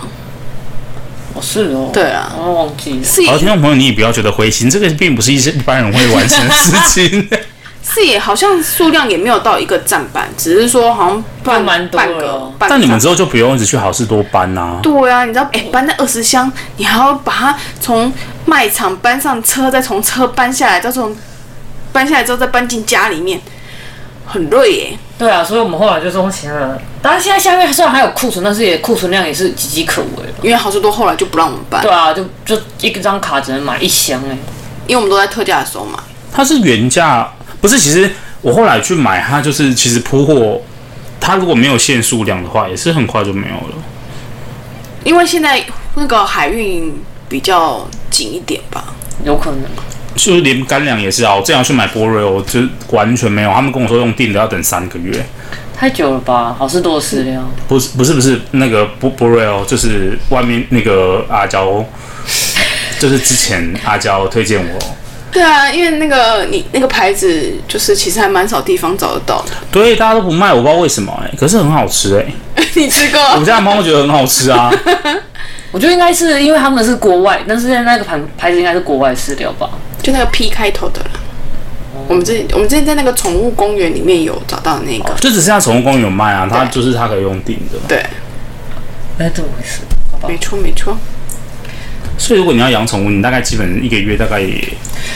哦是哦，对啊我忘记了。是好，听众朋友，你也不要觉得灰心，这个并不是一些一般人会完成的事 [laughs] 情。是也好像数量也没有到一个站板，只是说好像半就蛮多半了个哦。半个但你们站之后就不用一直去好事多搬啦、对啊，你知道，哎、搬那二十箱，你还要把它从卖场搬上车，再从车搬下来，再从搬下来之后再搬进家里面，很累耶、对啊，所以我们后来就说行了。当然现在下面虽然还有库存，但是也库存量也是岌岌可危了。因为好事多后来就不让我们搬，对啊，就就一张卡只能买一箱哎、因为我们都在特价的时候买。它是原价，不是？其实我后来去买，它就是其实铺货，它如果没有限数量的话，也是很快就没有了。因为现在那个海运比较紧一点吧，有可能。就是连干粮也是啊，我正要去买波瑞，我就完全没有。他们跟我说用订的要等三个月，太久了吧？好事多的饲料，不是不是不是那个波波瑞哦，就是外面那个阿娇， [laughs] 就是之前阿娇推荐我，对啊，因为那个你那个牌子，就是其实还蛮少地方找得到的。 [laughs] 对，大家都不卖，我不知道为什么哎、可是很好吃哎、你吃过？我家的猫觉得很好吃啊， [laughs] 我觉得应该是因为他们是国外，但是那个牌牌子应该是国外饲料吧？就那个 P 开头的啦。我们之前我们之前在那个宠物公园里面有找到那个，就只剩下宠物公园有卖啊，它就是它可以用订的。对，哎，怎么回事？好吧没错没错。所以如果你要养宠物，你大概基本一个月大概也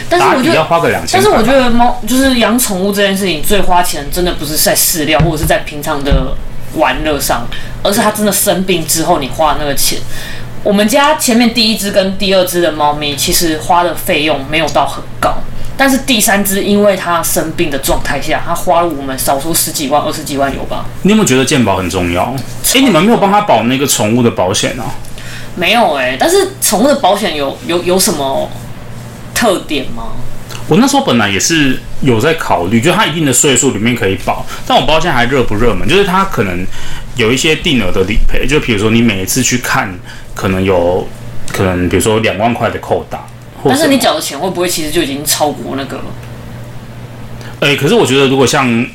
但是打我底觉要得，花个两千。但是我觉得猫就是养宠物这件事情最花钱，真的不是在饲料或者是在平常的玩乐上，而是它真的生病之后你花那个钱。我们家前面第一只跟第二只的猫咪，其实花的费用没有到很高，但是第三只因为它生病的状态下，它花了我们少说十几万、二十几万有吧？你有没有觉得健保很重要？哎、你们没有帮他保那个宠物的保险啊？没有哎、但是宠物的保险有有有什么特点吗？我那时候本来也是有在考虑，就它一定的岁数里面可以保，但我不知道现在还热不热门。就是它可能有一些定额的理赔，就比如说你每一次去看，可能有可能比如说两万块的扣打，或但是什你么缴的钱会不会其实就已经超过那个了？哎、可是我觉得如果像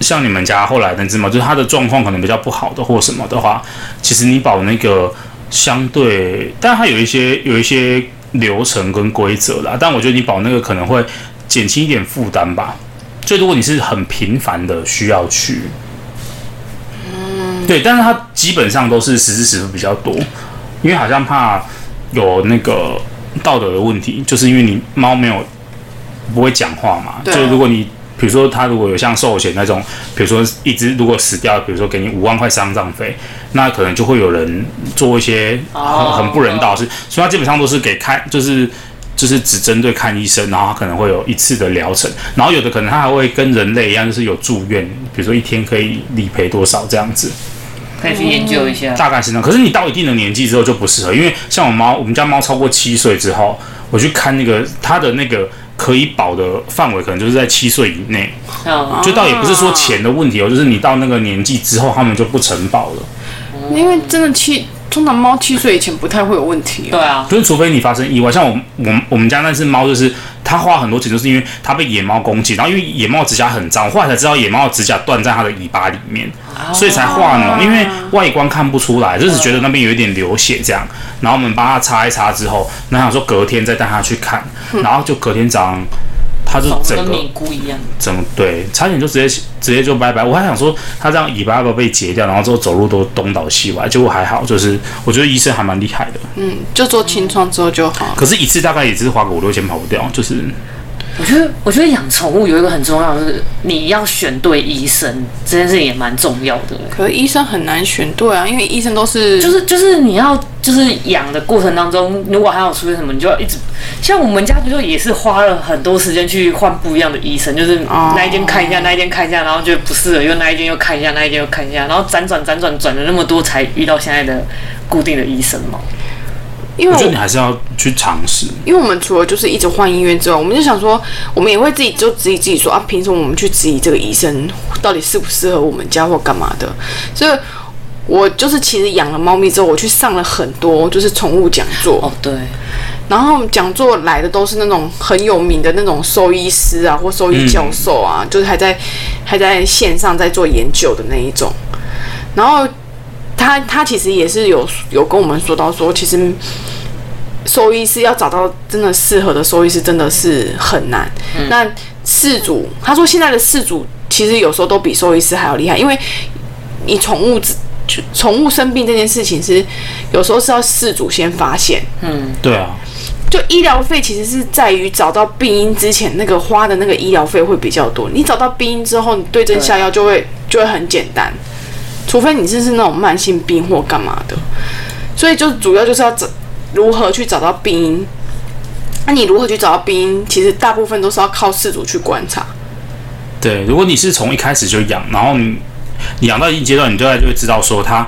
像你们家后来那只猫，就是它的状况可能比较不好的或什么的话，其实你保那个相对，但它有一些有一些流程跟规则啦，但我觉得你保那个可能会减轻一点负担吧。就如果你是很频繁的需要去，对，但是它基本上都是实时实付比较多，因为好像怕有那个道德的问题，就是因为你猫没有不会讲话嘛，对啊就如果你比如说它如果有像寿险那种，比如说一只如果死掉，比如说给你五万块丧葬费，那可能就会有人做一些很哦很不人道的事，所以它基本上都是给看就是。就是只针对看医生，然后它可能会有一次的疗程，然后有的可能它还会跟人类一样，就是有住院，比如说一天可以理赔多少这样子。可以去研究一下。大概是那样。可是你到一定的年纪之后就不适合，因为像我猫，我们家猫超过七岁之后，我去看那个它的那个可以保的范围，可能就是在七岁以内。嗯，就倒也不是说钱的问题哦，就是你到那个年纪之后，它们就不承保了。因为真的七，通常猫七岁以前不太会有问题、对，啊，就是除非你发生意外，像我我我们家那只猫，就是它花很多钱，就是因为它被野猫攻击，然后因为野猫指甲很脏，后来才知道野猫的指甲断在它的尾巴里面，所以才化脓，因为外观看不出来，就是觉得那边有一点流血这样。然后我们帮它擦一擦之后，那想说隔天再带它去看，然后就隔天早上。它就肿得整跟个米菇一样。整个对，差点就直接直接就拜拜。我还想说它这样尾巴要不要被截掉，然后之后走路都东倒西歪，结果还好，就是我觉得医生还蛮厉害的。嗯，就做清创之后就好。可是，一次大概也只是花个五六千跑不掉，就是我觉得，我觉得养宠物有一个很重要的是，你要选对医生，这件事情也蛮重要的。可是医生很难选对啊，因为医生都是就是就是你要就是养的过程当中，如果还有出现什么，你就要一直像我们家不就也是花了很多时间去换不一样的医生，就是哦那一间看一下，那一间看一下，然后觉得不适合，又那一间又看一下，那一间又看一下，然后辗转辗转转了那么多，才遇到现在的固定的医生嘛。因为我觉得我你还是要去尝试。因为我们除了就是一直换医院之外，我们就想说，我们也会自己就质疑自己说啊，凭什么我们去质疑这个医生到底适不适合我们家或干嘛的？所以，我就是其实养了猫咪之后，我去上了很多就是宠物讲座，哦，对，然后讲座来的都是那种很有名的那种兽医师啊，或兽医教授啊，就是还在还在线上在做研究的那一种。然后他他其实也是有有跟我们说到说，其实兽医师要找到真的适合的兽医师真的是很难。那饲主他说现在的饲主其实有时候都比兽医师还要厉害，因为你宠物只就宠物生病这件事情是有时候是要饲主先发现。对啊，就医疗费其实是在于找到病因之前，那个花的那个医疗费会比较多。你找到病因之后，你对症下药就会就会很简单，除非你是是那种慢性病或干嘛的。所以就主要就是要找如何去找到病因。那、你如何去找到病因？其实大部分都是要靠事主去观察。对，如果你是从一开始就养，然后你你养到一定阶段，你大概就会知道说它。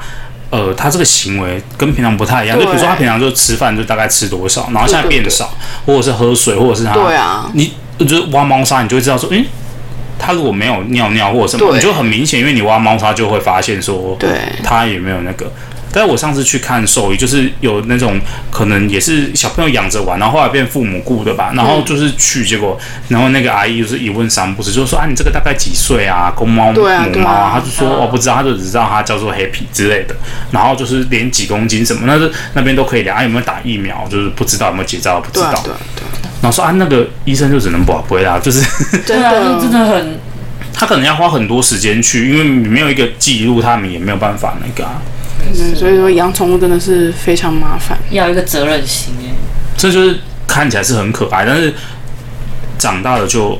呃，它这个行为跟平常不太一样，就比对如说它平常就吃饭就大概吃多少，然后现在对对变对少，或者是喝水，或者是它，对啊，你就是挖猫砂，你就会知道说，诶、它如果没有尿尿或者什么，对你就很明显，因为你挖猫砂就会发现说，对它有没有那个。但我上次去看兽医，就是有那种可能也是小朋友养着玩，然后后来变父母雇的吧，然后就是去，结果然后那个阿姨就是一问三不知，就说啊你这个大概几岁啊，公猫、对啊母对猫啊啊，他就说我、哦、不知道，他就只知道它叫做 Happy 之类的，然后就是连几公斤什么，那是那边都可以聊，啊有没有打疫苗，就是不知道有没有结扎，不知对啊道，，对啊，对啊，然后说啊那个医生就只能保回啦，就是。 [laughs] 真啊，这真的。的很他可能要花很多时间去，因为你没有一个记录，他们也没有办法那个、啊。嗯所以说养宠物真的是非常麻烦。要有一个责任心哎。这就是看起来是很可爱，但是长大了就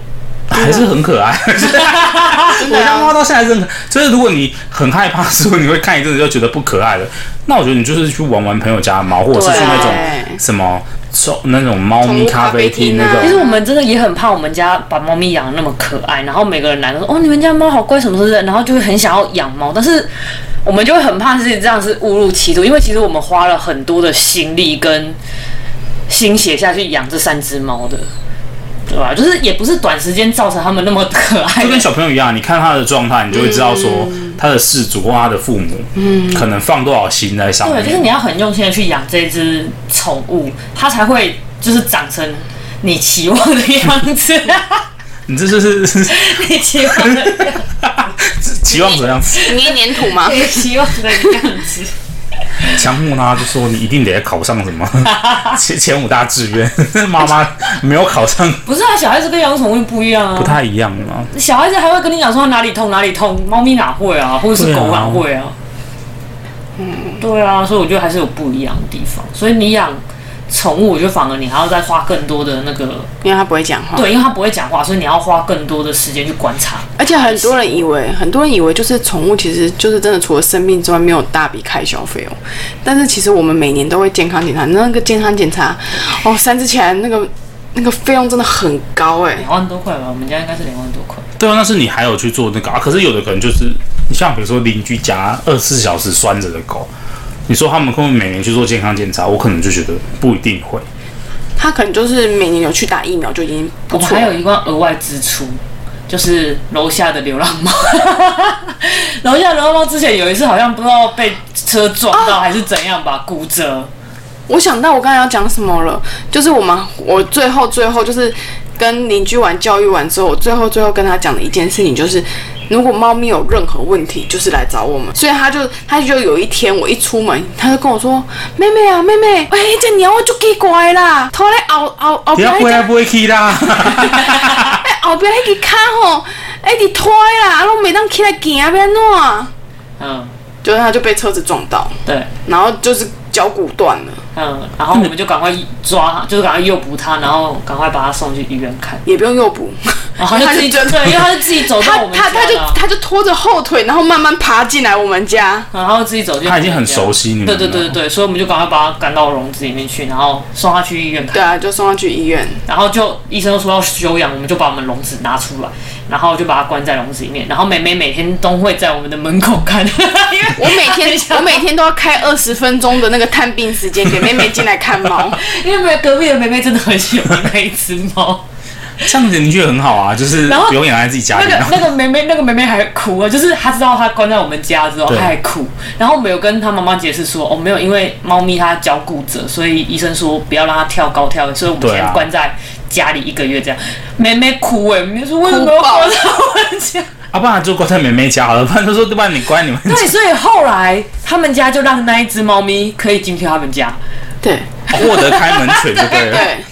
还是很可爱。 [laughs] 我啊家猫到现在还是很可，就是如果你很害怕的时候，你会看一阵子就觉得不可爱了。那我觉得你就是去玩玩朋友家的猫，或者是去对那种什么宠那种猫咪咖啡厅那宠物咖啡厅啊其种。实我们真的也很怕我们家把猫咪养得那么可爱，然后每个人来都说哦你们家猫好乖什么之类的，然后就会很想要养猫，但是我们就会很怕是这样是误入歧途，因为其实我们花了很多的心力跟心血下去养这三只猫的。对吧？就是也不是短时间造成它们那么可 [laughs] 爱就，跟小朋友一样，你看他的状态，你就会知道说嗯他的事主或他的父母，嗯，可能放多少心在上对，面。就是你要很用心的去养这只宠物，它才会就是长成你期望的样子，你这就是你期望的期望怎样？捏黏土 [laughs] 吗？你期望的样子。强迫他就说你一定得考上什么前前五大志愿，妈妈没有考上不是啊，小孩子跟养宠物不一样不啊。太一样啊。小孩子还会跟你讲说哪里痛哪里痛，猫咪哪会啊，或者是对啊狗哪会啊？嗯，对啊，所以我觉得还是有不一样的地方。所以你养宠物，我觉得反而你还要再花更多的那个，因为它不会讲话。对，因为它不会讲话，所以你要花更多的时间去观察。而且很多人以为，很多人以为就是宠物，其实就是真的除了生病之外，没有大笔开销费用。但是其实我们每年都会健康检查，那个健康检查，哦，三只起来那个那个费用真的很高哎、两万多块吧，我们家应该是两万多块。对啊，那是你还有去做那个啊。可是有的可能就是，你像比如说邻居家二十四小时拴着的狗，你说他们会不会每年去做健康检查？我可能就觉得不一定会。他可能就是每年有去打疫苗就已经我不们错还有了。一万额外支出，就是楼下的流浪猫。 [laughs] 楼下的流浪猫之前有一次好像不知道被车撞到还是怎样吧，骨折。我想到我刚才要讲什么了，就是我们我最后最后就是跟邻居玩教育完之后，我最后最后跟他讲的一件事情就是，如果猫咪有任何问题，就是来找我们。所以他就他就有一天我一出门，他就跟我说：“妹妹啊，妹妹，哎、这鸟我就奇怪啦，头来熬熬熬不要回啊来不会去啦。 [laughs] 哎，后壁迄个脚吼，哎，伫拖的啦，啊，拢袂当起来行，要安怎？嗯，就是他就被车子撞到，对，然后就是脚骨断了，嗯，然后我们就赶快抓，就是赶快诱捕它，然后赶快把它送去医院看。也不用诱捕，然后它哦就自己他就对，因为它就自己走他到我们家他他就了啊他就拖着后腿，然后慢慢爬进来我们家。然后自己走进我们家。它已经很熟悉你们对了对对对对，所以我们就赶快把它赶到笼子里面去，然后送它去医院看。对啊，就送他去医院。然后就医生说要休养，我们就把我们笼子拿出来，然后就把它关在笼子里面。然后美美每天都会在我们的门口看， [laughs] 因为我每 [laughs] 天我每天，天都要开二十分钟的那个探病时间给妹妹进来看猫。因为没有隔壁的美美真的很喜欢那一只猫，这样子邻居很好啊，就是然后不用养在自己家那里。个然后那个美美那个美美还哭啊，就是她知道她关在我们家之后，对她还哭。然后我们有跟她妈妈解释说，哦，没有，因为猫咪它脚骨折，所以医生说不要让它跳高跳远，所以我们对啊先关在家里一个月这样。美美哭哎、欸，美美说为什么要哭爆关在我们家？啊，不然就关在妹妹家好了，不然就说，不然你关你们家。对，所以后来他们家就让那一只猫咪可以进去他们家， [laughs] 对获得开门权就对了。对。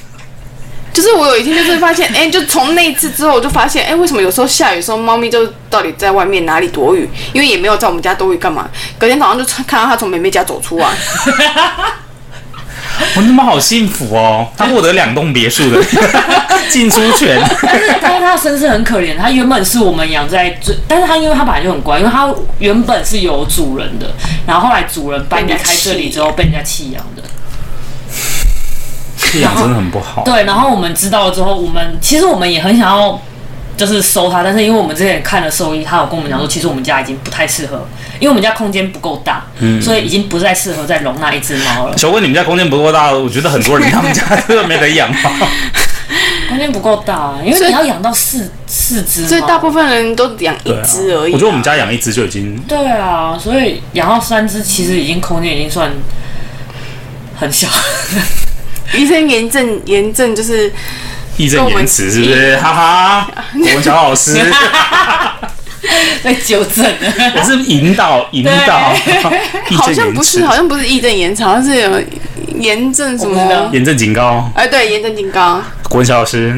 就是我有一天就是发现，哎、就从那一次之后，我就发现，哎、为什么有时候下雨的时候，猫咪就到底在外面哪里躲雨？因为也没有在我们家躲雨干嘛。隔天早上就看到它从妹妹家走出啊来，我他妈好幸福哦，他获得两栋别墅 [laughs] 的进出权。但是但是它身世很可怜，它原本是我们养在最，但是它因为它本来就很乖，因为它原本是有主人的，然后后来主人搬离开这里之后被人家弃养的。这样真的很不好。对，然后我们知道了之后，我们其实我们也很想要就是收它，但是因为我们之前看了兽医，他有跟我们讲说，其实我们家已经不太适合，因为我们家空间不够大，嗯所以已经不再适合再容纳一只猫了。求问你们家空间不够大，我觉得很多人他们家真的没得养啊吧。空间不够大、啊，因为所以你要养到四四只猫，所以大部分人都养一对啊只而已、我觉得我们家养一只就已经对啊，所以养到三只，其实已经空间已经算很小。 [laughs] 医生炎症炎症就是义正言辞，是不是？哈哈，我们小老师，被纠正了，我是引导引导，义好正像言不辞是，好像不是义正言辞，好像是有炎症什我不知道么？严正警告，哎，对，炎症警告，国文小老师，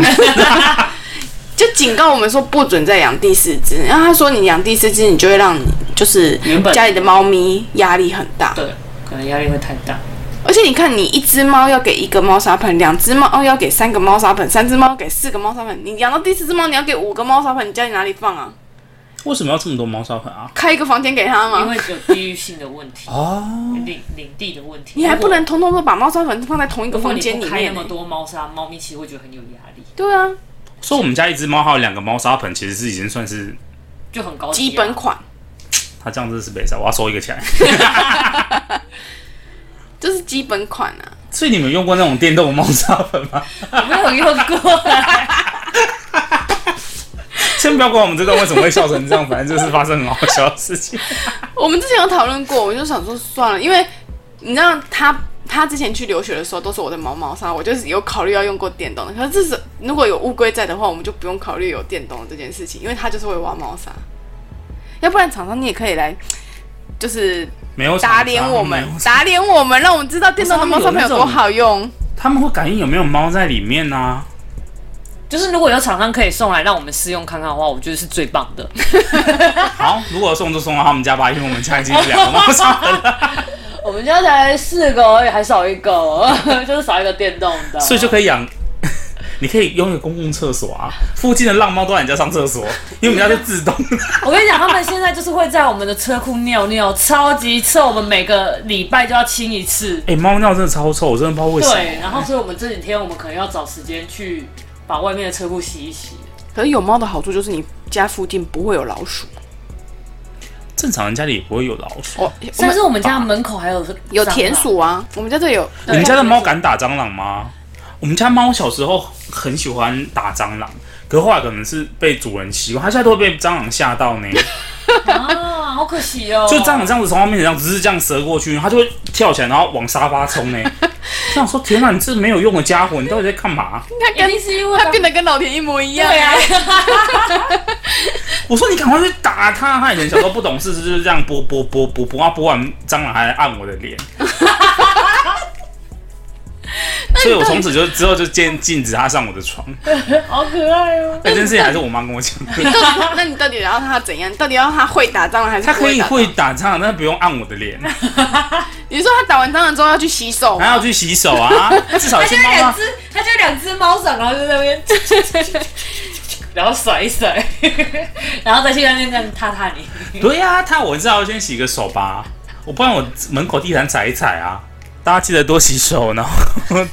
就警告我们说不准再养第四只。然后他说你养第四只，你就会让你就是原本家里的猫咪压力很大。对，可能压力会太大。而且你看，你一只猫要给一个猫砂盆，两只猫要给三个猫砂盆，三只猫给四个猫砂盆。你养到第四只猫，你要给五个猫砂盆，你家里哪里放 [laughs] 啊？ [laughs] 为什么要这么多猫砂盆啊？开一个房间给它因吗？为有地域性的问题，哦，领领地的问题，你还不能如果。通通都把猫砂盆放在同一个如果房你间不里开那面、么多猫砂，猫咪其实会觉得很有压力，对啊，所以我们家一只猫还有两个猫砂盆，其实是已经算是就很高级基啊、本款它这样子是北塞，我要收一个起来。这是基本款啊。所以你们有用过那种电动猫砂盆吗？我没有用过 [laughs] 啊， [laughs] 先不要管我们这段为什么会笑成这样，反正就是发生很好笑的事情。 [laughs] 我们之前有讨论过，我就想说算了，因为你知道他他之前去留学的时候都是我的毛毛沙，我就是有考虑要用过电动的。可是这是如果有乌龟在的话，我们就不用考虑有电动的这件事情，因为它就是会挖猫砂。要不然厂商你也可以来，就是没有打脸我们，打脸我们，让我们知道电动的猫砂盆有多好用。他们会感应有没有猫在里面啊？就是如果有厂商可以送来让我们试用看看的话，我觉得是最棒的。好，如果送就送到他们家吧，因为我们家已经有两个猫砂 [laughs] 盆了， [laughs] 我们哦 [laughs] 家才四个而已，还少一个，就是少一个电动的，所以就可以养 [laughs] 你可以拥有公共厕所啊，附近的浪猫都来你家上厕所，因为我们家是自动的。我跟你讲，他们现在就是会在我们的车库尿尿，超级臭，我们每个礼拜就要清一次。 [laughs] 哎、猫尿真的超臭，我真的不知道为什么。对，然后所以我们这几天我们可能要找时间去把外面的车库洗一洗。可是有猫的好处就是你家附近不会有老鼠。正常人家里也不会有老鼠。哦我我甚们至我们家门口还有有田，鼠啊，我们家这里有你们家的猫敢打蟑螂吗？我们家猫小时候很喜欢打蟑螂，可是后来可能是被主人习惯，它现在都会被蟑螂吓到呢。啊，好可惜 [laughs] 哦。就蟑螂这样子从它面前这样只是这样折过去，它就会跳起来，然后往沙发冲呢。我想说，天哪，你这没有用的家伙，你到底在干嘛？它一跟定是因为它变得跟老田一模一样对啊，我说你赶快去打它！它以前小时候不懂事，就是这样拨拨拨拨拨，啊，拨完蟑螂还来按我的 [laughs] 脸。所以我从此就之后就禁禁止它上我的床。 [laughs] 好可爱哦。这件事情还是我妈跟我讲 [laughs] 的。你到底 [laughs] 那你到底要它怎样？你到底要它会打蟑螂还是他不可以打蟑螂会打蟑螂，但是不用按我的 [laughs] 脸，你说它打完蟑螂之后要去洗手还吗？要去洗手啊。至少它就先妈两妈，只，它就两只猫掌，然后就在那边， [laughs] 然后甩一甩， [laughs] 然后再去那边这样踏踏你。对呀、啊，他我至少先洗个手吧，我不然我门口地毯踩一踩啊。大家记得多洗手，然后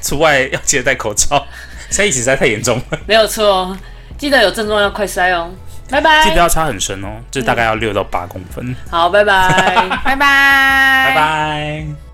出外要记得戴口罩。现在疫情实在太严重了， [laughs] 没有错，哦记得有症状要快塞哦。拜拜，记得要擦很深哦，就大概要六到八公分。好，拜拜。拜拜拜，拜拜。